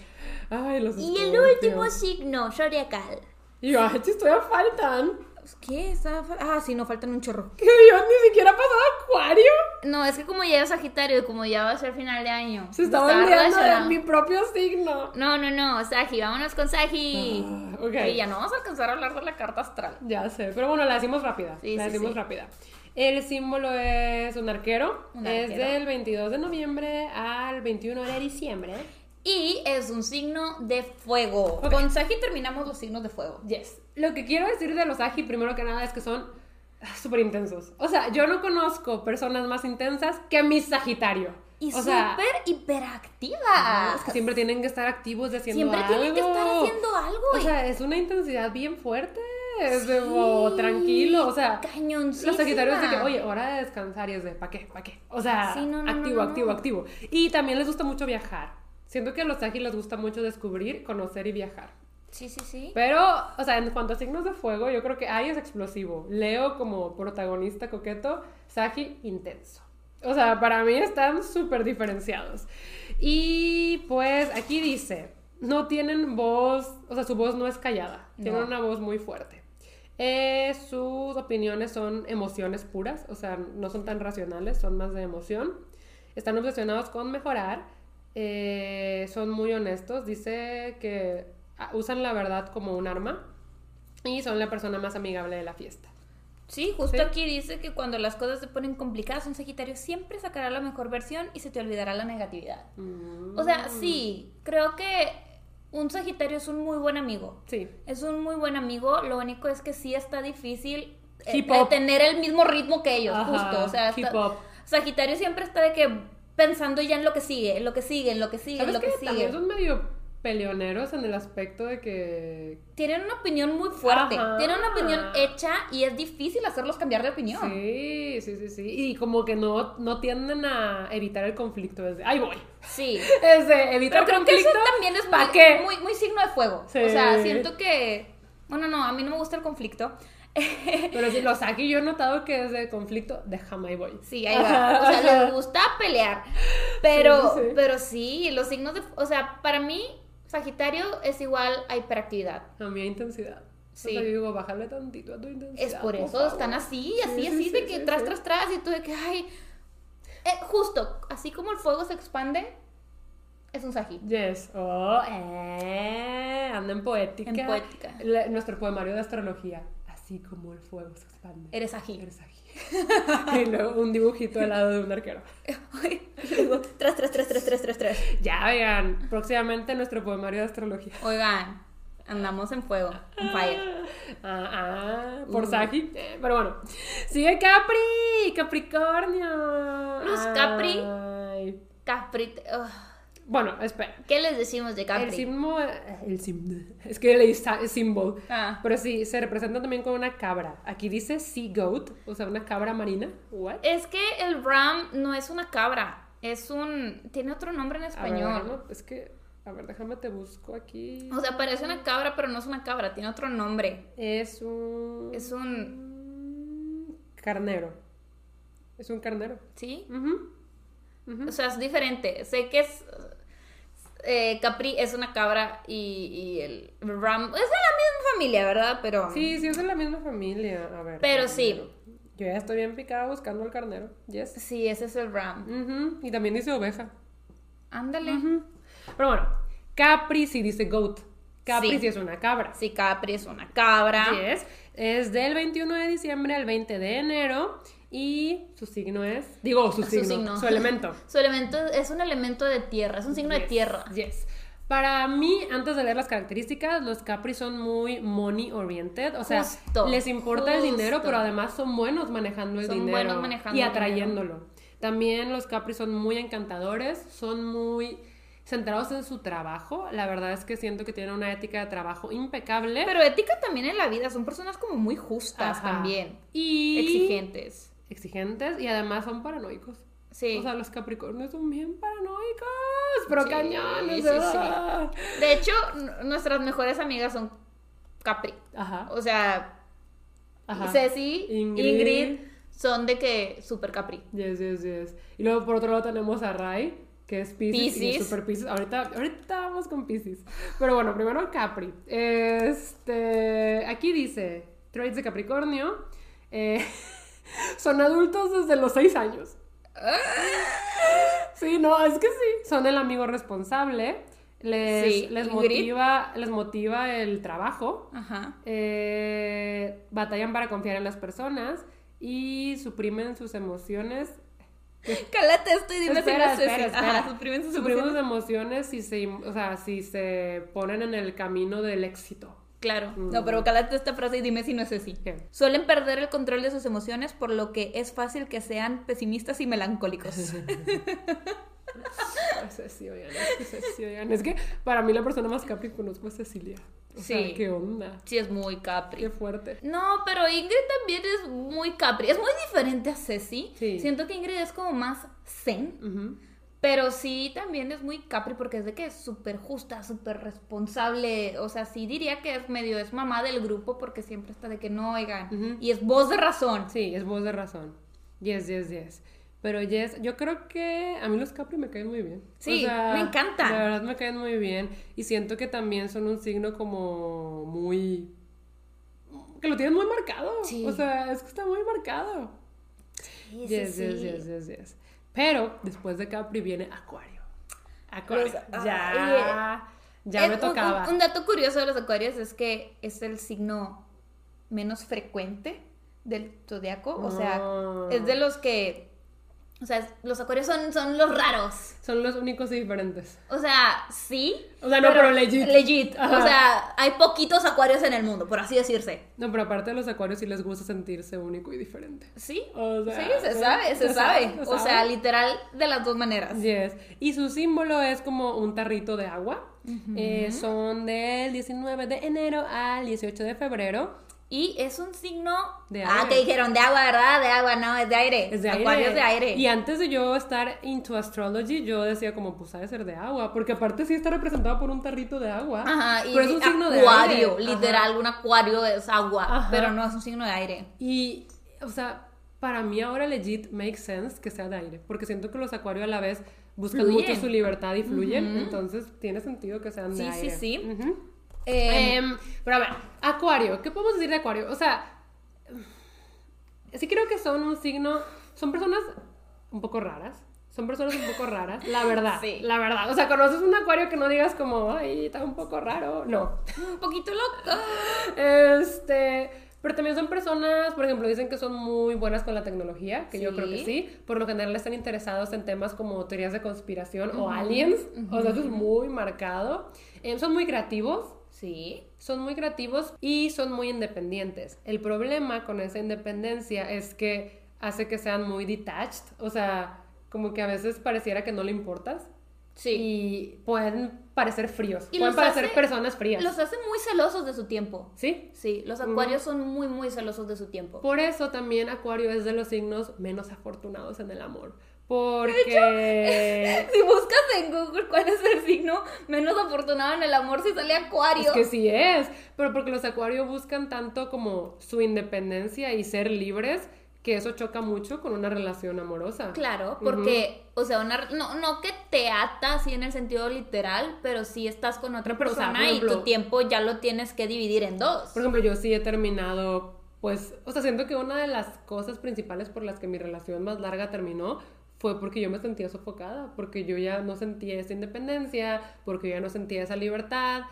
S2: Ay, los
S1: Y el
S2: escorpios.
S1: último signo, zodiacal.
S2: Y yo, ay, chis, todavía faltan.
S1: ¿Qué? Está fa- Ah, sí, no faltan un chorro.
S2: Que Dios ni siquiera ha pasado Acuario.
S1: No, es que como ya es Sagitario, y como ya va a ser final de año.
S2: Se está olvidando de mi propio signo.
S1: No, no, no, Sagi, vámonos con Sagi.
S2: Ah, ok.
S1: Y ya no vamos a alcanzar a hablar de la carta astral.
S2: Ya sé, pero bueno, la decimos rápida.
S1: Sí,
S2: la
S1: sí,
S2: decimos
S1: sí.
S2: rápida. El símbolo es un arquero.
S1: Un
S2: es
S1: arquero.
S2: del 22 de noviembre al 21 de diciembre.
S1: Y es un signo de fuego.
S2: Ok.
S1: Con Sagi terminamos los signos de fuego.
S2: Yes. Lo que quiero decir de los Agi, primero que nada, es que son ah, súper intensos. O sea, yo no conozco personas más intensas que mi Sagitario.
S1: Y
S2: o
S1: súper
S2: sea,
S1: hiperactiva.
S2: es que siempre tienen que estar activos y haciendo
S1: Siempre tienen que estar
S2: algo.
S1: haciendo algo.
S2: O
S1: y-
S2: sea, es una intensidad bien fuerte. Es de,
S1: Sí,
S2: "Oh, tranquilo. O sea,
S1: cañoncísima.
S2: los sagitarios de que, oye, hora de descansar y es de, ¿pa' qué? ¿Pa' qué? O sea,
S1: Sí, no, no,
S2: activo,
S1: no, no,
S2: activo,
S1: no.
S2: activo. Y también les gusta mucho viajar. Siento que a los sagitarios les gusta mucho descubrir, conocer y viajar.
S1: Sí, sí, sí.
S2: Pero, o sea, en cuanto a signos de fuego, yo creo que Aries explosivo, Leo como protagonista coqueto, Sagi intenso. O sea, para mí están súper diferenciados. Y pues aquí dice, no tienen voz, o sea, su voz no es callada, tienen
S1: No.
S2: una voz muy fuerte. Eh, sus opiniones son emociones puras, o sea, no son tan racionales, son más de emoción. Están obsesionados con mejorar, eh, son muy honestos, dice que ah, usan la verdad como un arma y son la persona más amigable de la fiesta.
S1: Sí, justo
S2: Sí.
S1: aquí dice que cuando las cosas se ponen complicadas, un Sagitario siempre sacará la mejor versión y se te olvidará la negatividad. O sea,
S2: Mm.
S1: sí, creo que un Sagitario es un muy buen amigo.
S2: Sí.
S1: Es un muy buen amigo, lo único es que sí está difícil eh,
S2: Keep up.
S1: tener el mismo ritmo que ellos,
S2: Ajá,
S1: justo. O sea,
S2: keep
S1: está-
S2: up.
S1: Sagitario siempre está de que pensando ya en lo que sigue, en lo que sigue, en lo que sigue, en
S2: ¿Sabes
S1: lo que
S2: qué?
S1: sigue.
S2: También son medio peleoneros en el aspecto de que...
S1: Tienen una opinión muy fuerte,
S2: Ajá.
S1: tienen una opinión hecha y es difícil hacerlos cambiar de opinión.
S2: Sí, sí, sí, sí. Y como que no, no tienden a evitar el conflicto. Es de, ¡ay, voy!
S1: Sí.
S2: Es de
S1: Pero
S2: evitar
S1: creo que
S2: conflicto.
S1: eso también es
S2: ¿pa'
S1: muy,
S2: qué?
S1: muy, muy signo de fuego.
S2: Sí.
S1: O sea, siento que. Bueno, no, a mí no me gusta el conflicto.
S2: Pero si los aquí yo he notado que es de conflicto, déjame y voy.
S1: Sí, ahí va. O sea, les gusta pelear. Pero,
S2: Sí, sí, sí.
S1: pero sí, los signos de. O sea, para mí, Sagitario es igual a hiperactividad.
S2: A mi intensidad.
S1: Sí.
S2: Sí. yo digo, bájale tantito a tu intensidad.
S1: Es por eso
S2: favor".
S1: están así, así,
S2: Sí, sí,
S1: así,
S2: sí,
S1: de que
S2: sí,
S1: tras,
S2: sí.
S1: tras, tras, y tú de que, ay. Eh, justo, así como el fuego se expande, es un Sagi.
S2: Yes. Oh, eh. Anda en poética.
S1: En poética.
S2: La- nuestro poemario de astrología. Así como el fuego se expande.
S1: Eres Sagi.
S2: Eres ágil. y luego un dibujito al lado de un arquero.
S1: Luego, tras, tras, tras, tras, tras, tras, tras.
S2: Ya, vean. Próximamente nuestro poemario de astrología.
S1: Oigan, andamos en fuego, en fire.
S2: Ah, ah, por
S1: Uh.
S2: Sagi. Eh, Pero bueno. Sigue Capri. Capricornio.
S1: Los Capri.
S2: Ay.
S1: Capri. ugh.
S2: Bueno, espera.
S1: ¿Qué les decimos de
S2: El
S1: Capri?
S2: simbo, eh, el sim- es que leí sa- symbol,
S1: Ah.
S2: pero sí, se representa también con una cabra. Aquí dice sea goat, o sea, una cabra marina. What?
S1: Es que el Ram no es una cabra, es un. Tiene otro nombre en
S2: A ver,
S1: español.
S2: déjame- es que, a ver, déjame te busco aquí.
S1: O sea, parece una cabra, pero no es una cabra, tiene otro nombre.
S2: Es un...
S1: Es un.
S2: Carnero. Es un carnero.
S1: ¿Sí?
S2: Ujú.
S1: O sea, es diferente. Sé que es. eh, Capri es una cabra y, y el Ram. Es de la misma familia, ¿verdad? Pero.
S2: Sí, sí, es de la misma familia. A ver.
S1: Pero sí.
S2: carnero. Yo ya estoy bien picada buscando al carnero. Yes.
S1: Sí, ese es el Ram.
S2: Ujú, Y también dice oveja.
S1: Ándale.
S2: Ujú. Pero bueno, Capri sí dice goat. Capri
S1: Sí. Ah.
S2: sí, es una cabra.
S1: Sí, Capri es una cabra.
S2: Así es. Es del 21 de diciembre al 20 de enero. Y su signo es. Digo, su,
S1: Su
S2: signo,
S1: signo.
S2: Su elemento.
S1: Su elemento es un elemento de tierra, es un signo de
S2: Yes,
S1: tierra.
S2: Yes. Para mí, antes de leer las características, los Capri son muy money oriented. O sea,
S1: Justo,
S2: les importa el dinero,
S1: justo.
S2: pero además son buenos manejando el
S1: Son
S2: dinero.
S1: buenos manejando
S2: Y
S1: el
S2: atrayéndolo. También los Capri son muy encantadores, son muy centrados en su trabajo. La verdad es que siento que tienen una ética de trabajo impecable.
S1: Pero ética también en la vida, son personas como muy justas
S2: Ajá.
S1: también,
S2: Y
S1: exigentes.
S2: exigentes y además son paranoicos.
S1: Sí.
S2: O sea, los Capricornios son bien paranoicos, pero
S1: Sí,
S2: cañones.
S1: sí,
S2: ah.
S1: De hecho, n- nuestras mejores amigas son Capri.
S2: Ajá.
S1: O sea,
S2: ajá.
S1: Ceci, Ingrid.
S2: Ingrid.
S1: son de que super Capri.
S2: Yes, yes, yes. Y luego por otro lado tenemos a Rai, que es Pisces, y
S1: Piscis.
S2: es super Pisces. Ahorita, ahorita vamos con Pisces. Pero bueno, primero Capri. Este, aquí dice, traits de Capricornio, eh, son adultos desde los 6 años. Sí, no, es que sí. Son el amigo responsable, les,
S1: Sí,
S2: les,
S1: Ingrid.
S2: motiva, les motiva el trabajo,
S1: Ajá.
S2: eh, batallan para confiar en las personas y suprimen sus emociones.
S1: Cálate esto y dime
S2: Espera,
S1: si no
S2: espera, espera.
S1: Ajá, suprimen sus
S2: Suprimen sus
S1: emociones.
S2: emociones si se, o sea, si se ponen en el camino del éxito.
S1: Claro.
S2: Mm.
S1: No, pero cálate esta frase y dime si no es así.
S2: ¿Qué?
S1: Suelen perder el control de sus emociones, por lo que es fácil que sean pesimistas y melancólicos.
S2: Ay, Ceci, oigan, es que Ceci, oigan, es que para mí la persona más capri que conozco es pues Cecilia. O
S1: Sí.
S2: sea, qué onda,
S1: Sí, es muy Capri.
S2: qué fuerte.
S1: No, pero Ingrid también es muy capri. Es muy diferente a Ceci.
S2: Sí.
S1: Siento que Ingrid es como más zen.
S2: Ujú.
S1: Pero sí también es muy capri porque es de que es súper justa, súper responsable. O sea, sí diría que es medio es mamá del grupo porque siempre está de que no oigan.
S2: Ujú.
S1: Y es voz de razón.
S2: Sí, es voz de razón. Yes, yes, yes. Pero yes, yo creo que a mí los Capri me caen muy bien.
S1: Sí, me encantan.
S2: La verdad me caen muy bien. Y siento que también son un signo como muy... que lo tienen muy marcado.
S1: Sí.
S2: O sea, es que está muy marcado.
S1: Sí,
S2: yes, yes, yes, yes, yes. Pero después de Capri viene Acuario. Acuario.
S1: Los- ah,
S2: ya. Ya
S1: Es un-
S2: me
S1: un-
S2: tocaba.
S1: Un, dato curioso de los acuarios es que es el signo menos frecuente del zodiaco, o sea,
S2: Ah.
S1: es de los que, o sea, los acuarios son, son los raros.
S2: Son los únicos y diferentes.
S1: O sea, sí.
S2: O sea, Ah, no, pero legit.
S1: Legit.
S2: Ajá.
S1: O sea, hay poquitos acuarios en el mundo, por así decirse.
S2: No, pero aparte a los acuarios sí les gusta sentirse único y diferente.
S1: Sí.
S2: O sea,
S1: sí, se sabe, se, sabe.
S2: se
S1: O sea, literal de las dos maneras.
S2: Yes. Y su símbolo es como un tarrito de agua. Eh, son del 19 de enero al 18 de febrero.
S1: Y es un signo
S2: De
S1: Ah,
S2: aire.
S1: que dijeron de agua, ¿verdad? De agua, no, es de aire.
S2: Es de aire.
S1: Acuario es de aire.
S2: Y antes de yo estar into astrology, yo decía como, pues ha de ser de agua. Porque aparte sí está representado por un tarrito de agua.
S1: Ajá, y
S2: pero es un signo de aire.
S1: acuario,
S2: Ajá.
S1: literal, un acuario es agua,
S2: Ajá.
S1: pero no es un signo de aire.
S2: Y, o sea, para mí ahora legit makes sense que sea de aire, porque siento que los acuarios a la vez buscan
S1: Fluyen.
S2: mucho su libertad y fluyen, entonces tiene sentido que sean de
S1: Sí, sí,
S2: aire.
S1: sí.
S2: Ujú.
S1: Eh,
S2: Em, pero a ver, acuario, ¿qué podemos decir de acuario? O sea, sí creo que son un signo, son personas un poco raras. Son personas un poco raras, la verdad.
S1: Sí.
S2: La verdad. O sea, conoces un acuario que no digas como, ay, está un poco raro. No.
S1: Em, un poquito loco.
S2: Este, pero también son personas, por ejemplo, dicen que son muy buenas con la tecnología, que yo creo que
S1: Sí.
S2: sí. Por lo general están interesados en temas como teorías de conspiración o aliens. O sea, eso es muy marcado. Em, son muy creativos.
S1: Sí.
S2: Son muy creativos y son muy independientes. El problema con esa independencia es que hace que sean muy detached, o sea, como que a veces pareciera que no le importas
S1: Sí.
S2: y pueden parecer fríos,
S1: Y
S2: pueden
S1: los
S2: parecer
S1: hace-
S2: personas frías.
S1: Los hace muy celosos de su tiempo.
S2: ¿Sí?
S1: Sí, los acuarios son muy, muy celosos de su tiempo.
S2: Por eso también Acuario es de los signos menos afortunados en el amor. Porque.
S1: Si buscas en Google cuál es el signo menos afortunado en el amor, si sale acuario.
S2: Es que sí es. Pero porque los Acuarios buscan tanto como su independencia y ser libres, que eso choca mucho con una relación amorosa.
S1: Claro, porque, o sea, una, no, no que te ata así en el sentido literal, pero sí estás con otra
S2: Pero, o sea,
S1: persona
S2: por
S1: y tu
S2: ejemplo-
S1: tiempo ya lo tienes que dividir en dos.
S2: Por ejemplo, yo sí he terminado, pues, o sea, siento que una de las cosas principales por las que mi relación más larga terminó fue porque yo me sentía sofocada, porque yo ya no sentía esa independencia, porque yo ya no sentía esa libertad.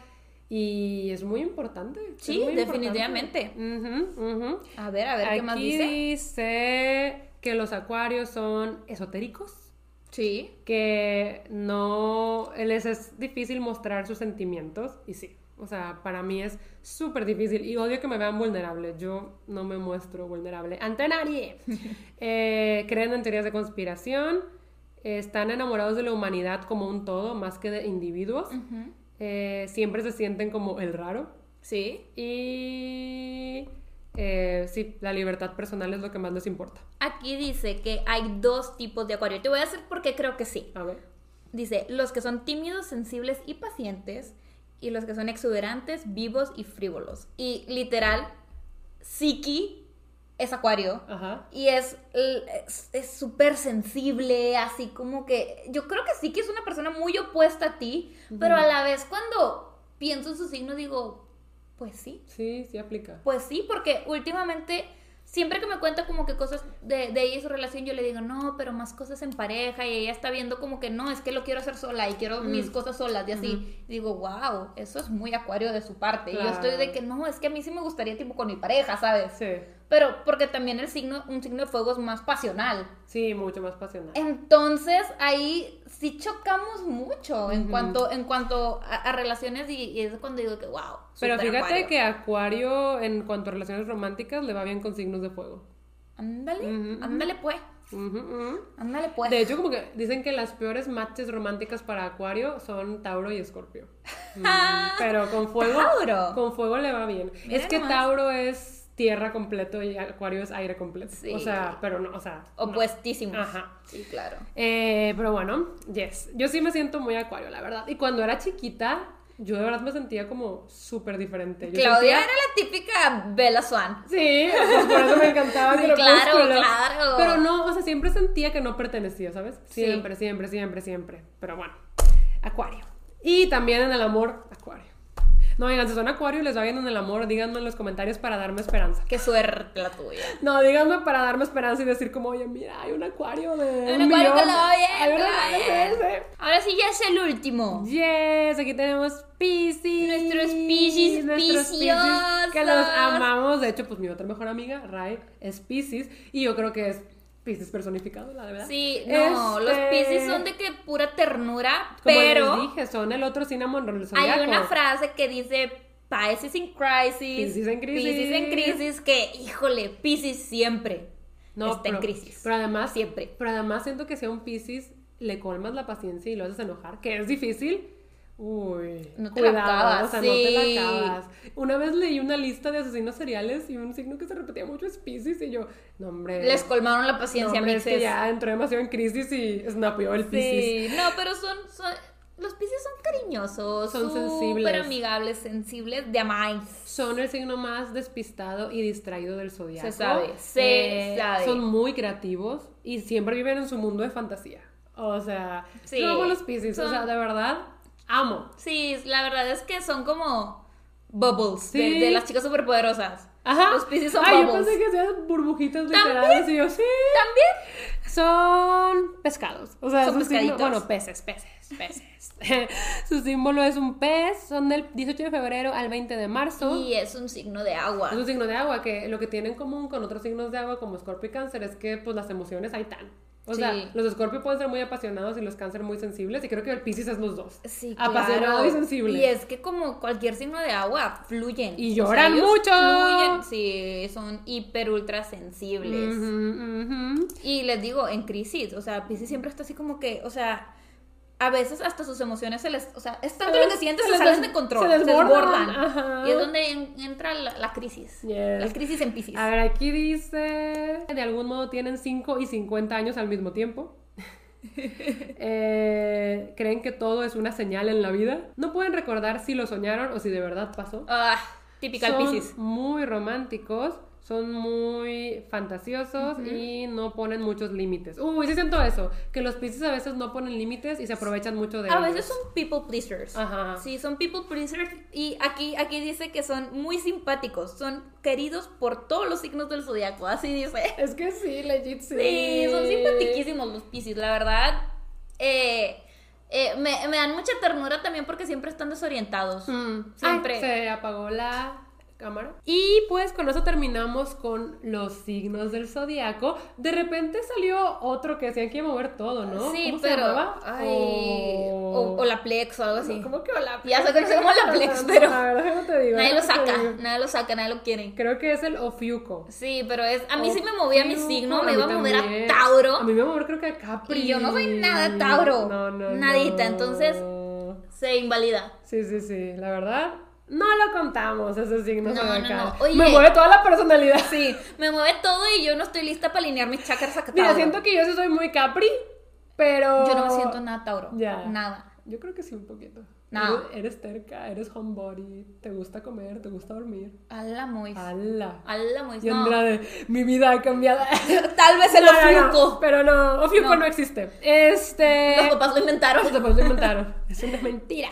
S2: Y es muy importante. es
S1: Sí,
S2: muy importante.
S1: definitivamente.
S2: Ujú, ujú.
S1: A ver, a ver
S2: Aquí
S1: qué más dice.
S2: dice que los acuarios son esotéricos,
S1: Sí.
S2: que no les es difícil mostrar sus sentimientos y sí. O sea, para mí es súper difícil y odio que me vean vulnerable. Yo no me muestro vulnerable ante nadie. Eh, creen en teorías de conspiración. eh, están enamorados de la humanidad como un todo, más que de individuos.
S1: Ujú.
S2: eh, siempre se sienten como el raro.
S1: Sí.
S2: Y eh, sí, la libertad personal es lo que más les importa.
S1: Aquí dice que hay dos tipos de acuario. Te voy a hacer porque creo que sí.
S2: A ver.
S1: Dice, los que son tímidos, sensibles y pacientes, y los que son exuberantes, vivos y frívolos. Y literal, Siki es acuario.
S2: Ajá.
S1: Y es l- es es súper sensible, así como que yo creo que sí que es una persona muy opuesta a ti, pero a la vez cuando pienso en su signo digo, pues sí,
S2: Sí, sí aplica.
S1: pues sí, porque últimamente siempre que me cuenta como que cosas de, de ella y su relación, yo le digo, no, pero más cosas en pareja y ella está viendo como que no, es que lo quiero hacer sola y quiero
S2: Mm.
S1: mis cosas solas y así. Digo, wow, eso es muy acuario de su parte. Y yo estoy de
S2: Claro.
S1: que no, es que a mí sí me gustaría tipo con mi pareja, ¿sabes?
S2: Sí.
S1: Pero porque también el signo, un signo de fuego es más pasional.
S2: Sí, mucho más pasional.
S1: Entonces ahí sí chocamos mucho en
S2: Ujú.
S1: cuanto, en cuanto a, a relaciones y, y es cuando digo que wow.
S2: Pero
S1: super
S2: fíjate
S1: acuario.
S2: que Acuario, en cuanto a relaciones románticas, le va bien con signos de fuego.
S1: Ándale,
S2: Ujú, ujú.
S1: ándale pues,
S2: Ujú, ujú.
S1: ándale pues.
S2: De hecho, como que dicen que las peores matches románticas para Acuario son Tauro y Escorpio. Mm, Pero con fuego.
S1: Ah, Tauro.
S2: Con fuego le va bien.
S1: Mira
S2: es que
S1: nomás.
S2: Tauro es tierra completo y Acuario es aire completo.
S1: Sí. pues.
S2: O sea, pero no, o sea. no.
S1: Opuestísimos.
S2: Ajá.
S1: Sí, claro.
S2: Eh, pero bueno, yes. Yo sí me siento muy acuario, la verdad. Y cuando era chiquita, yo de verdad me sentía como súper diferente. Yo
S1: Claudia
S2: sentía-
S1: era la típica Bella Swan.
S2: Sí, pues por eso me encantaba
S1: Sí,
S2: que lo
S1: claro,
S2: crepúsculo.
S1: claro.
S2: Pero no, o sea, siempre sentía que no pertenecía, ¿sabes?
S1: Sí.
S2: Siempre, siempre, siempre, siempre. Pero bueno, acuario. Y también en el amor, acuario. No, digan, si son acuario y les va bien en el amor, díganme en los comentarios para darme esperanza.
S1: Qué suerte la tuya.
S2: No, díganme para darme esperanza y decir como, oye, mira, hay un acuario de
S1: Hay un
S2: un
S1: acuario que
S2: millón.
S1: lo oye,
S2: Hay un
S1: que lo
S2: acuario
S1: oye.
S2: que lo oye.
S1: Ahora sí ya es el último.
S2: Yes, aquí tenemos Pisces.
S1: Nuestros Piscis
S2: Nuestros Piscis Que los
S1: viciosos.
S2: amamos. De hecho, pues mi otra mejor amiga, Rai, es Pisces. Y yo creo que es Pisces personificado, la verdad.
S1: Sí, no, los
S2: Este,
S1: Pisces son de que pura ternura,
S2: Como
S1: pero
S2: les dije, son el otro cinnamon roll
S1: hay
S2: zodiaco.
S1: una frase que dice Pisces in crisis.
S2: Piscis en crisis.
S1: Pisces en crisis que, híjole, Pisces siempre. está en crisis.
S2: Pero además,
S1: Siempre.
S2: Pero además siento que si a un Pisces le colmas la paciencia y lo haces enojar, que es difícil. Uy,
S1: No te la acabas,
S2: o sea, no te
S1: sí.
S2: la acabas. Una vez leí una lista de asesinos seriales y un signo que se repetía mucho es Pisces y yo, no hombre,
S1: Les colmaron la
S2: no,
S1: paciencia,
S2: hombre, es que
S1: mixes.
S2: ya entró demasiado en crisis y snapeó el Pisces.
S1: Sí, no, pero son, son- los Pisces son cariñosos,
S2: Son
S1: súper
S2: sensibles.
S1: amigables, sensibles, de amáis.
S2: Son el signo más despistado y distraído del zodiaco. Eh,
S1: Se sabe, se sabe.
S2: Son muy creativos y siempre viven en su mundo de fantasía. O sea,
S1: Sí.
S2: yo amo los Pisces, o
S1: Son-
S2: sea, de verdad, amo.
S1: Sí, la verdad es que son como bubbles de-
S2: Sí.
S1: de, las chicas superpoderosas.
S2: Ajá.
S1: Los Pisces son
S2: Ay, yo
S1: bubbles.
S2: pensé que sean burbujitas literales y yo, sí.
S1: También
S2: Son pescados. O sea,
S1: Son
S2: su signo-
S1: pescaditos.
S2: bueno, peces, peces, peces. su símbolo es un pez. Son del 18 de febrero al 20 de marzo.
S1: Y es un signo de agua.
S2: Es un signo de agua que lo que tiene en común con otros signos de agua como Escorpio y Cáncer es que pues las emociones ahí están. O sea,
S1: Sí.
S2: los Escorpio pueden ser muy apasionados y los Cáncer muy sensibles y creo que el Piscis es los dos.
S1: Sí, claro.
S2: Apasionado y sensible.
S1: Y es que como cualquier signo de agua, fluyen.
S2: Y lloran
S1: ellos
S2: mucho.
S1: Fluyen, sí, son hiper ultra sensibles.
S2: Ujú, ujú.
S1: Y les digo, en crisis, o sea, Pisces siempre está así como que, o sea, a veces hasta sus emociones se les, o sea, es tanto
S2: Se
S1: lo
S2: les-
S1: que sientes,
S2: se
S1: se,
S2: les
S1: salen
S2: des-
S1: de control,
S2: se
S1: se
S2: desbordan,
S1: desbordan.
S2: ajá.
S1: Y es donde en- entra la, la crisis.
S2: Yes.
S1: La crisis en Pisces.
S2: A ver, aquí dice, de algún modo tienen 5 y 50 años al mismo tiempo. Eh, creen que todo es una señal en la vida. No pueden recordar si lo soñaron o si de verdad pasó.
S1: Ah, típica
S2: son
S1: Pisces.
S2: muy románticos, son muy fantasiosos y no ponen muchos límites. Uy, sí siento eso, que los Pisces a veces no ponen límites y se aprovechan mucho de
S1: A
S2: ellos.
S1: veces son people pleasers.
S2: Ajá.
S1: Sí, son people pleasers. Y aquí, aquí dice que son muy simpáticos. Son queridos por todos los signos del zodiaco. Así dice.
S2: Es que sí, legit sí.
S1: Sí, son simpatiquísimos los Pisces, la verdad. Eh, eh, me, me dan mucha ternura también porque siempre están desorientados.
S2: Mm,
S1: Siempre.
S2: ay, se apagó la cámara. Y pues con eso terminamos con los signos del zodiaco. De repente salió otro que decían que iba a mover todo, ¿no?
S1: Sí,
S2: ¿Cómo
S1: pero.
S2: se llamaba?
S1: ay,
S2: O-
S1: o, o la Plex o algo así.
S2: ¿Cómo que hola?
S1: Ya sé que no sé cómo la Plex, pero
S2: La verdad, no te digo.
S1: nadie lo
S2: déjame te
S1: saca.
S2: digo.
S1: Nadie lo saca, nadie lo quiere.
S2: Creo que es el Ofiuco.
S1: Sí, pero es.
S2: Oh,
S1: A mí sí me movía mi
S2: Ofiuco,
S1: signo,
S2: mí
S1: me iba a mover
S2: también.
S1: a Tauro.
S2: A mí me iba a mover creo que a Capri.
S1: Y yo no soy nada Tauro.
S2: No, no,
S1: Nadita,
S2: no.
S1: entonces- Se invalida.
S2: Sí, sí, sí, la verdad. No lo contamos, ese signo
S1: No,
S2: zodiacal.
S1: no, no. Oye.
S2: Me mueve toda la personalidad.
S1: Sí, me mueve todo y yo no estoy lista para alinear mis chakras a Tauro.
S2: Mira, siento que yo sí soy muy Capri, pero...
S1: Yo no me siento nada Tauro.
S2: Ya.
S1: Nada.
S2: Yo creo que sí un poquito.
S1: No.
S2: Eres, eres terca, eres homebody, te gusta comer, te gusta dormir.
S1: Ala Mois.
S2: ¡Hala!
S1: Ala Mois.
S2: Y
S1: No.
S2: Andrade, mi vida ha cambiado.
S1: Tal vez el
S2: No, no, no,
S1: ofluco.
S2: pero no, Ofiuco no.
S1: No.
S2: existe. Este.
S1: Los papás lo inventaron.
S2: Los papás lo inventaron. Es una mentira.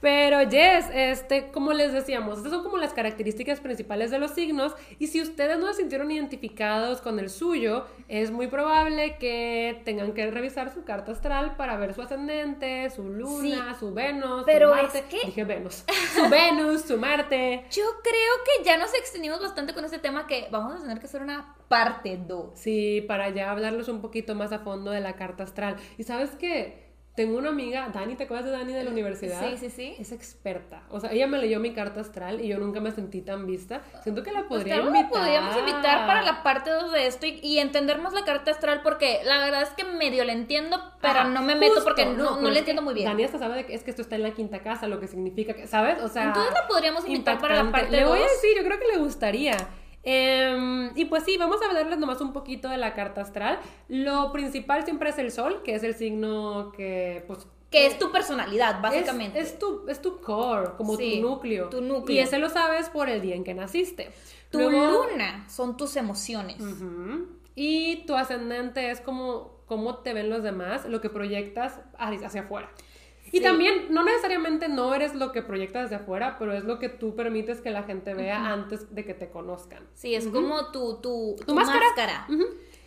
S2: Pero yes, este, como les decíamos, estas son como las características principales de los signos. Y si ustedes no se sintieron identificados con el suyo, es muy probable que tengan que revisar su carta astral para ver su ascendente, su luna, su Venus,
S1: Pero
S2: su
S1: es
S2: Marte.
S1: que-
S2: Dije Venus. Su Venus, su Marte.
S1: Yo creo que ya nos extendimos bastante con este tema que vamos a tener que hacer una parte 2.
S2: Sí, para ya hablarlos un poquito más a fondo de la carta astral. Y sabes que tengo una amiga, Dani, ¿te acuerdas de Dani de la universidad?
S1: Sí, sí, sí.
S2: Es experta. O sea, ella me leyó mi carta astral y yo nunca me sentí tan vista. Siento que la
S1: Pues
S2: podría
S1: claro, la
S2: invitar.
S1: podríamos invitar para la parte 2 de esto y, y entender más la carta astral porque la verdad es que medio la entiendo, pero
S2: Ajá,
S1: no me meto
S2: Ah, justo,
S1: porque no, no,
S2: pero es
S1: la
S2: que
S1: entiendo muy bien.
S2: Dani hasta sabe de que es que esto está en la quinta casa, lo que significa que, ¿sabes? O sea,
S1: Entonces la podríamos invitar para la parte
S2: impactante. Le voy
S1: 2.
S2: a decir, yo creo que le gustaría. Em, y pues sí, vamos a hablarles nomás un poquito de la carta astral. Lo principal siempre es el sol, que es el signo que, pues,
S1: Que es tu personalidad, básicamente.
S2: Es, es tu, es tu core, como
S1: Sí,
S2: tu núcleo.
S1: tu núcleo.
S2: Y ese lo sabes por el día en que naciste.
S1: tu
S2: Luego-
S1: luna son tus emociones.
S2: Ujú. Y tu ascendente es como cómo te ven los demás, lo que proyectas hacia hacia afuera. Y
S1: Sí.
S2: también, no necesariamente no eres lo que proyectas hacia afuera, pero es lo que tú permites que la gente vea antes de que te conozcan.
S1: Sí, es como tu, tu, tu
S2: máscara.
S1: máscara.
S2: Ujú.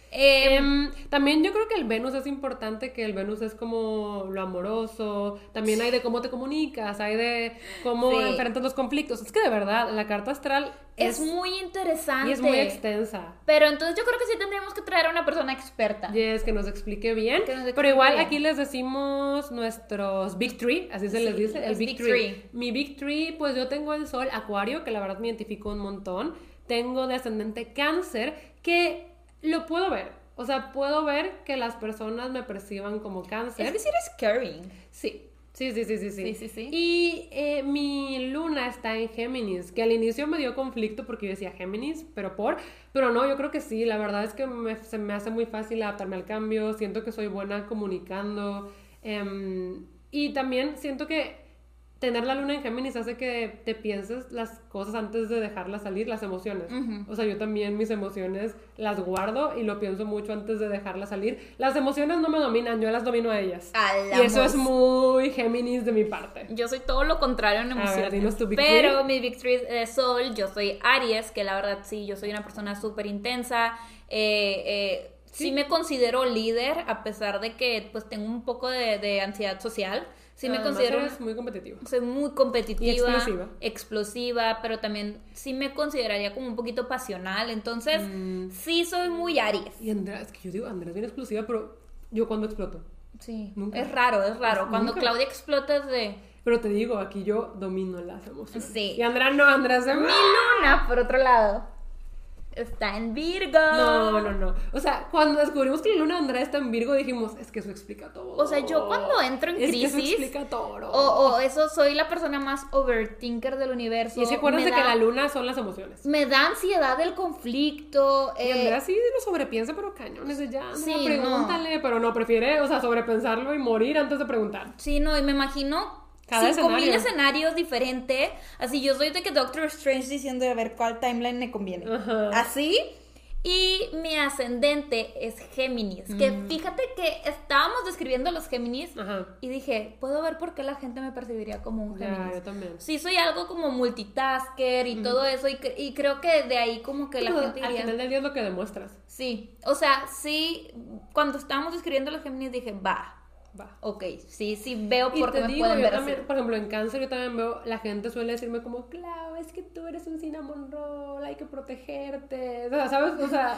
S1: Eh,
S2: Em, también yo creo que el Venus es importante, que el Venus es como lo amoroso, también hay de cómo te comunicas, hay de cómo
S1: Sí.
S2: enfrentas los conflictos. Es que de verdad, la carta astral
S1: es,
S2: es,
S1: muy interesante.
S2: y es muy extensa.
S1: pero entonces yo creo que sí tendríamos que traer a una persona experta.
S2: Yes, que nos explique bien.
S1: Que nos
S2: Pero
S1: explique
S2: igual
S1: bien.
S2: aquí les decimos nuestros Big Three, así se
S1: Sí,
S2: les dice, el
S1: los
S2: Big,
S1: big
S2: three.
S1: three.
S2: Mi Big Three, pues yo tengo el Sol Acuario, que la verdad me identifico un montón. Tengo de ascendente Cáncer, que lo puedo ver. O sea, puedo ver que las personas me perciban como cáncer.
S1: Es que sí eres scary.
S2: Sí. Sí, sí, sí, sí, sí.
S1: Sí, sí, sí.
S2: Y eh, mi luna está en Géminis, que al inicio me dio conflicto porque yo decía Géminis, pero por, pero no, yo creo que sí, la verdad es que me- se me hace muy fácil adaptarme al cambio, siento que soy buena comunicando em, y también siento que tener la luna en Géminis hace que te pienses las cosas antes de dejarlas salir, las emociones.
S1: Ujú.
S2: O sea, yo también mis emociones las guardo y lo pienso mucho antes de dejarlas salir. Las emociones no me dominan, yo las domino a ellas.
S1: A la
S2: Y eso es
S1: mos-
S2: muy Géminis de mi parte.
S1: Yo soy todo lo contrario en
S2: A ver, dinos
S1: emociones.
S2: tu Big
S1: pero mi Big Three de Sol, yo soy Aries, que la verdad sí, yo soy una persona súper intensa. Eh, eh, sí.
S2: Sí.
S1: me considero líder, a pesar de que pues tengo un poco de, de ansiedad social. Sí me
S2: Además,
S1: considero...
S2: eres muy competitivo.
S1: Soy muy competitiva,
S2: Y explosiva.
S1: explosiva, pero también sí me consideraría como un poquito pasional. Entonces,
S2: Mm.
S1: sí soy muy Aries.
S2: Y Andrea, es que yo digo, Andrea es bien explosiva, pero yo cuando exploto.
S1: Sí,
S2: Nunca.
S1: es raro, es raro.
S2: Es-
S1: Cuando
S2: nunca.
S1: Claudia explota es de
S2: Pero te digo, aquí yo domino las emociones.
S1: Sí.
S2: Y Andrea no, Andrea se...
S1: mi luna, por otro lado, está en Virgo.
S2: No, no, no. O sea, cuando descubrimos que la luna de Andrea está en Virgo, dijimos, es que eso explica todo.
S1: O sea, yo cuando entro en
S2: Es Que
S1: crisis,
S2: eso explica todo.
S1: O, o eso, soy la persona más overthinker del universo.
S2: y se acuérdense
S1: Me
S2: que
S1: da-
S2: la luna son las emociones.
S1: Me da ansiedad el conflicto.
S2: Y
S1: eh,
S2: Andrea sí lo sobrepiensa, pero cañones de ya, Andrea,
S1: Sí, no.
S2: pregúntale, pero no, prefiere, o sea, sobrepensarlo y morir antes de preguntar.
S1: Sí, no, y me imagino
S2: Cada
S1: cinco mil
S2: escenario.
S1: escenarios diferentes. Así yo soy de que Doctor Strange diciendo a ver cuál timeline me conviene.
S2: Ajá.
S1: Así. Y mi ascendente es Géminis. Que
S2: Mm.
S1: fíjate que estábamos describiendo los Géminis.
S2: Ajá.
S1: Y dije, puedo ver por qué la gente me percibiría como un
S2: Ya,
S1: Géminis.
S2: yo también.
S1: Sí, soy algo como multitasker y todo eso. Y, cre- y creo que de ahí como que la
S2: Pero
S1: gente
S2: Al
S1: diría...
S2: final del día es lo que demuestras.
S1: Sí, o sea, sí, cuando estábamos describiendo los Géminis dije, va,
S2: Va.
S1: ok, sí, sí, veo
S2: Y
S1: por qué
S2: te
S1: me
S2: digo,
S1: pueden
S2: yo
S1: ver
S2: también,
S1: así.
S2: por ejemplo, en cáncer yo también veo, la gente suele decirme como, Clau, es que tú eres un cinnamon roll, hay que protegerte. O sea, ¿sabes? O sea,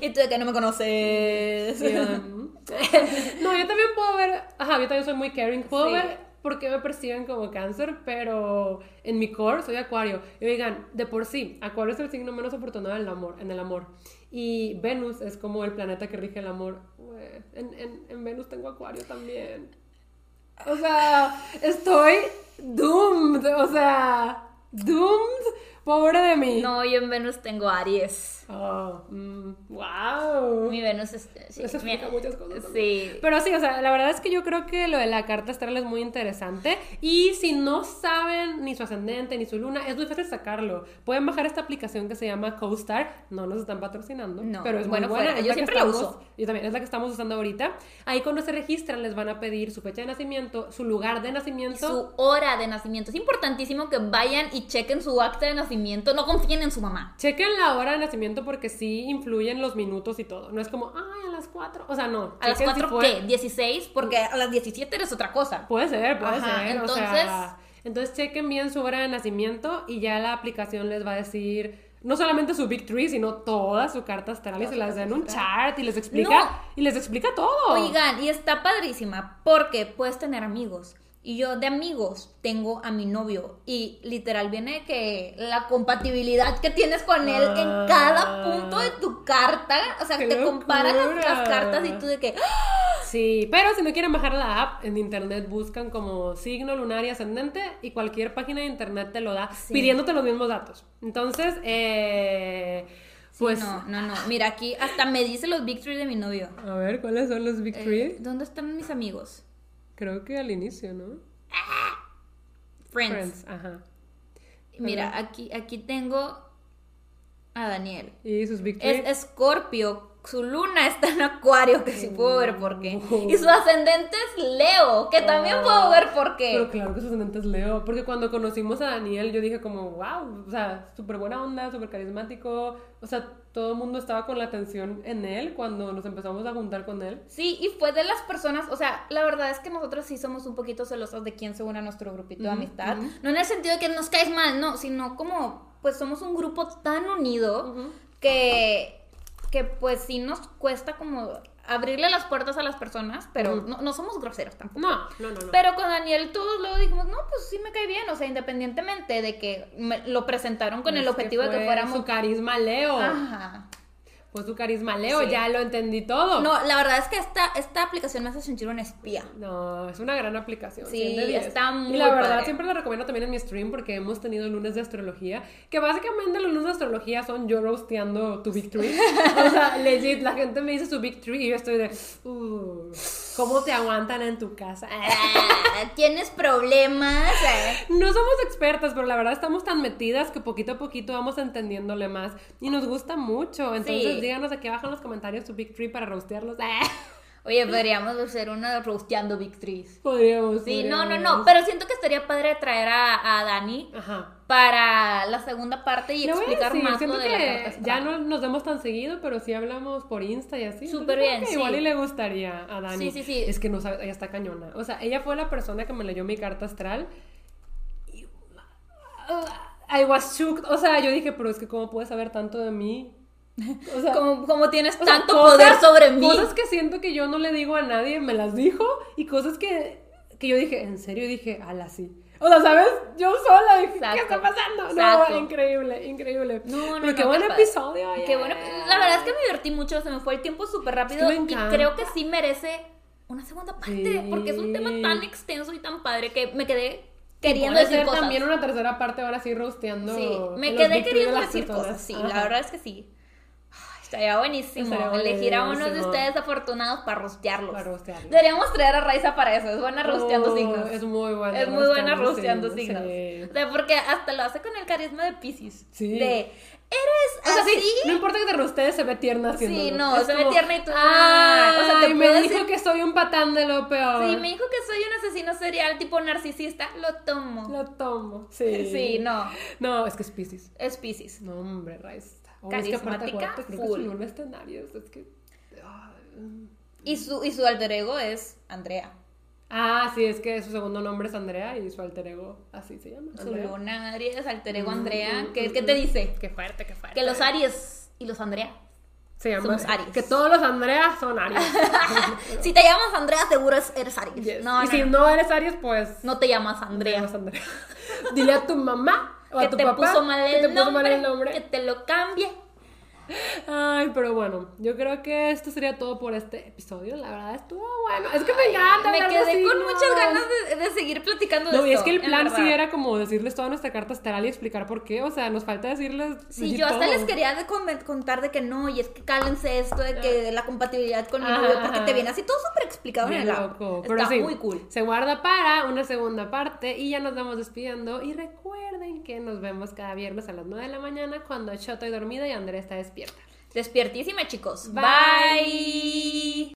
S1: Y tú de que no me conoces.
S2: sí, um, no, yo también puedo ver, ajá, yo también soy muy caring, puedo
S1: Sí.
S2: ver por qué me perciben como cáncer, pero en mi core soy acuario. Y oigan, de por sí, acuario es el signo menos afortunado en el amor, en el amor. Y Venus es como el planeta que rige el amor. Güey, En, en- en Venus tengo acuario también. O sea, estoy doomed, o sea, doomed, pobre de mí.
S1: No, yo en Venus tengo Aries.
S2: Oh, mm, wow.
S1: Mi Venus es... eh, sí,
S2: Eso
S1: mi-
S2: explica muchas cosas también.
S1: Sí.
S2: Pero sí, o sea, la verdad es que yo creo que lo de la carta astral es muy interesante. Y si no saben ni su ascendente ni su luna, es muy fácil sacarlo. Pueden bajar esta aplicación que se llama CoStar. No nos están patrocinando,
S1: No,
S2: pero es
S1: bueno,
S2: muy buena.
S1: fuera.
S2: Es
S1: Yo
S2: la que
S1: siempre la
S2: estamos-
S1: uso.
S2: Yo también, es la que estamos usando ahorita. Ahí cuando se registran les van a pedir su fecha de nacimiento, su lugar de nacimiento.
S1: Su hora de nacimiento. Es importantísimo que vayan y chequen su acta de nacimiento. No confíen en su mamá.
S2: Chequen la hora de nacimiento porque sí influyen los minutos y todo. No es como, ay, a las 4. O sea, no.
S1: ¿A las
S2: chequen si
S1: 4
S2: fue-
S1: qué? ¿16? Porque a las 17 eres otra cosa.
S2: Puede ser, puede
S1: Ajá,
S2: ser. o
S1: entonces-
S2: sea, entonces chequen bien su hora de nacimiento y ya la aplicación les va a decir no solamente su Big Three, sino toda su carta astral y
S1: Toda
S2: se
S1: su
S2: las dan
S1: carta
S2: un
S1: astral.
S2: chart y les explica
S1: No.
S2: y les explica todo.
S1: Oigan, y está padrísima porque puedes tener amigos. Y yo de amigos tengo a mi novio. Y literal viene que la compatibilidad que tienes con él en cada punto de tu carta. O sea,
S2: Ah. ¡Qué
S1: te comparan las,
S2: locura!
S1: las cartas y tú de que. ¡ah!
S2: Sí, pero si no quieren bajar la app, en internet buscan como signo lunar y ascendente y cualquier página de internet te lo da
S1: Sí.
S2: pidiéndote los mismos datos. Entonces, eh, pues
S1: No, no, no. Mira, aquí hasta me dice los Big Three de mi novio.
S2: a ver, ¿cuáles son los Big
S1: Eh,
S2: Three?
S1: ¿Dónde están mis amigos?
S2: Creo que al inicio, ¿no?
S1: Friends.
S2: Friends, ajá.
S1: Mira, aquí, aquí tengo a Daniel.
S2: Y sus Big Three.
S1: Es Scorpio su luna está en acuario, que sí puedo ver por qué. Y su ascendente es Leo, que también puedo ver por qué.
S2: Ah. Pero claro que su ascendente es Leo, porque cuando conocimos a Daniel yo dije como, wow, o sea, súper buena onda, súper carismático, o sea, todo el mundo estaba con la atención en él cuando nos empezamos a juntar con él.
S1: Sí, y fue de las personas, o sea, la verdad es que nosotros sí somos un poquito celosas de quién se une a nuestro grupito de
S2: Ujú,
S1: amistad.
S2: ujú.
S1: No en el sentido de que nos caes mal, no, sino como, pues somos un grupo tan unido
S2: Ujú.
S1: que, que pues sí nos cuesta como abrirle las puertas a las personas, pero
S2: Ujú.
S1: no, no somos groseros tampoco.
S2: No, no, no, no.
S1: Pero con Daniel todos luego dijimos, no, pues sí me cae bien, o sea, independientemente de que me- lo presentaron con
S2: Es
S1: el objetivo de
S2: fue
S1: que
S2: Su
S1: fuéramos...
S2: carisma Leo.
S1: Ajá.
S2: Fue su carisma Leo,
S1: Sí.
S2: ya lo entendí todo.
S1: No, la verdad es que esta, esta aplicación me hace sentir una espía.
S2: No, es una gran aplicación.
S1: Sí,
S2: 100 de 10.
S1: está muy
S2: Y la verdad,
S1: padre.
S2: siempre la recomiendo también en mi stream porque hemos tenido lunes de astrología. Que básicamente los lunes de astrología son yo rosteando tu Big Tree. O sea, legit, la gente me dice su Big Tree y yo estoy de. "Uh, ¿Cómo te aguantan en tu casa? Eh,
S1: Ah, Tienes problemas. eh?
S2: No somos expertas, pero la verdad estamos tan metidas que poquito a poquito vamos entendiéndole más. Y nos gusta mucho. Entonces,
S1: Sí.
S2: díganos aquí abajo en los comentarios su Big Tree para Eh, rostearlos.
S1: Oye, podríamos hacer una rosteando Big Threes.
S2: Podríamos.
S1: Sí, no, no,
S2: podríamos.
S1: no. Pero siento que estaría padre traer a, a Dani
S2: Ajá.
S1: para la segunda parte y
S2: Le voy a
S1: explicar
S2: decir,
S1: más
S2: siento
S1: lo de la
S2: que
S1: carta astral.
S2: ya no nos vemos tan seguido, pero sí hablamos por Insta y así.
S1: Súper
S2: entonces creo
S1: bien,
S2: que
S1: sí.
S2: Igual y le gustaría a Dani.
S1: Sí, sí, sí.
S2: Es que no sabe, ella está cañona. O sea, ella fue la persona que me leyó mi carta astral. Y- uh, I was shook. O sea, yo dije, pero es que cómo puedes saber tanto de mí. O sea,
S1: Como, como tienes
S2: o sea,
S1: tanto
S2: cosas-
S1: poder sobre mí.
S2: Cosas que siento que yo no le digo a nadie, me las dijo. Y cosas que, que yo dije, en serio, y dije, ala, sí. O sea, ¿sabes? Yo sola dije, ¿qué
S1: Exacto.
S2: está pasando?
S1: Exacto.
S2: No, increíble, increíble.
S1: No, no,
S2: Pero qué
S1: no,
S2: buen
S1: qué padre.
S2: episodio.
S1: Qué
S2: yeah.
S1: bueno. La verdad es que me divertí mucho, se me fue el tiempo súper rápido
S2: me
S1: y
S2: encanta.
S1: creo que sí merece una segunda parte
S2: Sí.
S1: porque es un tema tan extenso y tan padre que me quedé queriendo
S2: Puede
S1: decir
S2: ser
S1: cosas.
S2: también una tercera parte ahora sí rosteando.
S1: Sí, me
S2: los
S1: quedé
S2: Big Three de
S1: queriendo
S2: las
S1: decir
S2: personas.
S1: cosas, sí, la
S2: Ajá.
S1: verdad es que sí. Ay, Estaría buenísimo
S2: Estaría
S1: elegir a uno de
S2: buenísimo.
S1: ustedes afortunados para rostearlos.
S2: Para rostearlos.
S1: Deberíamos traer a Raiza para eso, es buena rosteando
S2: Oh,
S1: signos.
S2: Es muy buena.
S1: Es muy buena
S2: rosteando
S1: rosteando
S2: sí,
S1: signos.
S2: sí.
S1: O sea, porque hasta lo hace con el carisma de Pisces.
S2: Sí.
S1: De, eres
S2: O sea,
S1: Pues, así.
S2: sí, no importa que te rostee, se ve tierna haciéndolo.
S1: Sí, no,
S2: Es
S1: se ve
S2: como,
S1: tierna y tú,
S2: "Ay,
S1: ah", o sea, te
S2: me
S1: puedo
S2: dijo
S1: decir-
S2: que soy un patán de lo peor.
S1: Sí, me dijo que soy un asesino serial tipo narcisista, lo tomo.
S2: Lo tomo. Sí.
S1: Sí, no,
S2: No, es que es Pisces.
S1: es Pisces.
S2: No, hombre, Raiz. Oh, Es que
S1: Carismática,
S2: aparte, acuérdate, creo
S1: full.
S2: que es un escenario. Es que... ah, mm.
S1: Y su, y su alter ego es Andrea.
S2: Ah, sí, es que su segundo nombre es Andrea y su alter ego así se llama.
S1: Su
S2: Andrea.
S1: luna Aries, alter ego Andrea.
S2: mm,
S1: ¿Qué,
S2: mm,
S1: qué te
S2: mm.
S1: dice?
S2: Qué fuerte, qué fuerte.
S1: Que los Aries y los Andrea.
S2: se llama,
S1: somos Aries.
S2: Que todos los Andreas son Aries.
S1: Si te llamas Andrea, seguro es- eres Aries.
S2: Yes.
S1: No,
S2: y
S1: no,
S2: si
S1: no.
S2: no. eres Aries, pues...
S1: No te llamas
S2: te
S1: Andrea.
S2: llamas Andrea. Dile a tu mamá o
S1: Que
S2: a tu
S1: te
S2: papá
S1: puso mal
S2: que
S1: el,
S2: te puso mal
S1: nombre,
S2: el nombre.
S1: Que te lo cambie.
S2: Ay, pero bueno, yo creo que esto sería todo por este episodio. La verdad estuvo bueno. Es que me encanta.
S1: Me
S2: hablar de
S1: quedé con
S2: signos.
S1: muchas ganas de, de seguir platicando de
S2: No, y es
S1: esto,
S2: que el
S1: en
S2: plan sí
S1: verdad.
S2: era como decirles toda nuestra carta astral y explicar por qué. O sea, nos falta decirles.
S1: Sí,
S2: decir
S1: yo hasta
S2: todo.
S1: les quería de comen- contar de que no, y es que cálense esto de que de la compatibilidad con mi
S2: Ah. Ajá,
S1: novio, porque
S2: ajá.
S1: te viene así todo súper explicado en
S2: Bien
S1: el app.
S2: loco, pero
S1: Está
S2: sí,
S1: muy cool.
S2: Se guarda para una segunda parte y ya nos vamos despidiendo. Y recuerden que nos vemos cada viernes a las 9 de la mañana cuando yo estoy dormida y Andrea está despierta.
S1: Despiertísima, chicos.
S2: Bye.
S1: Bye.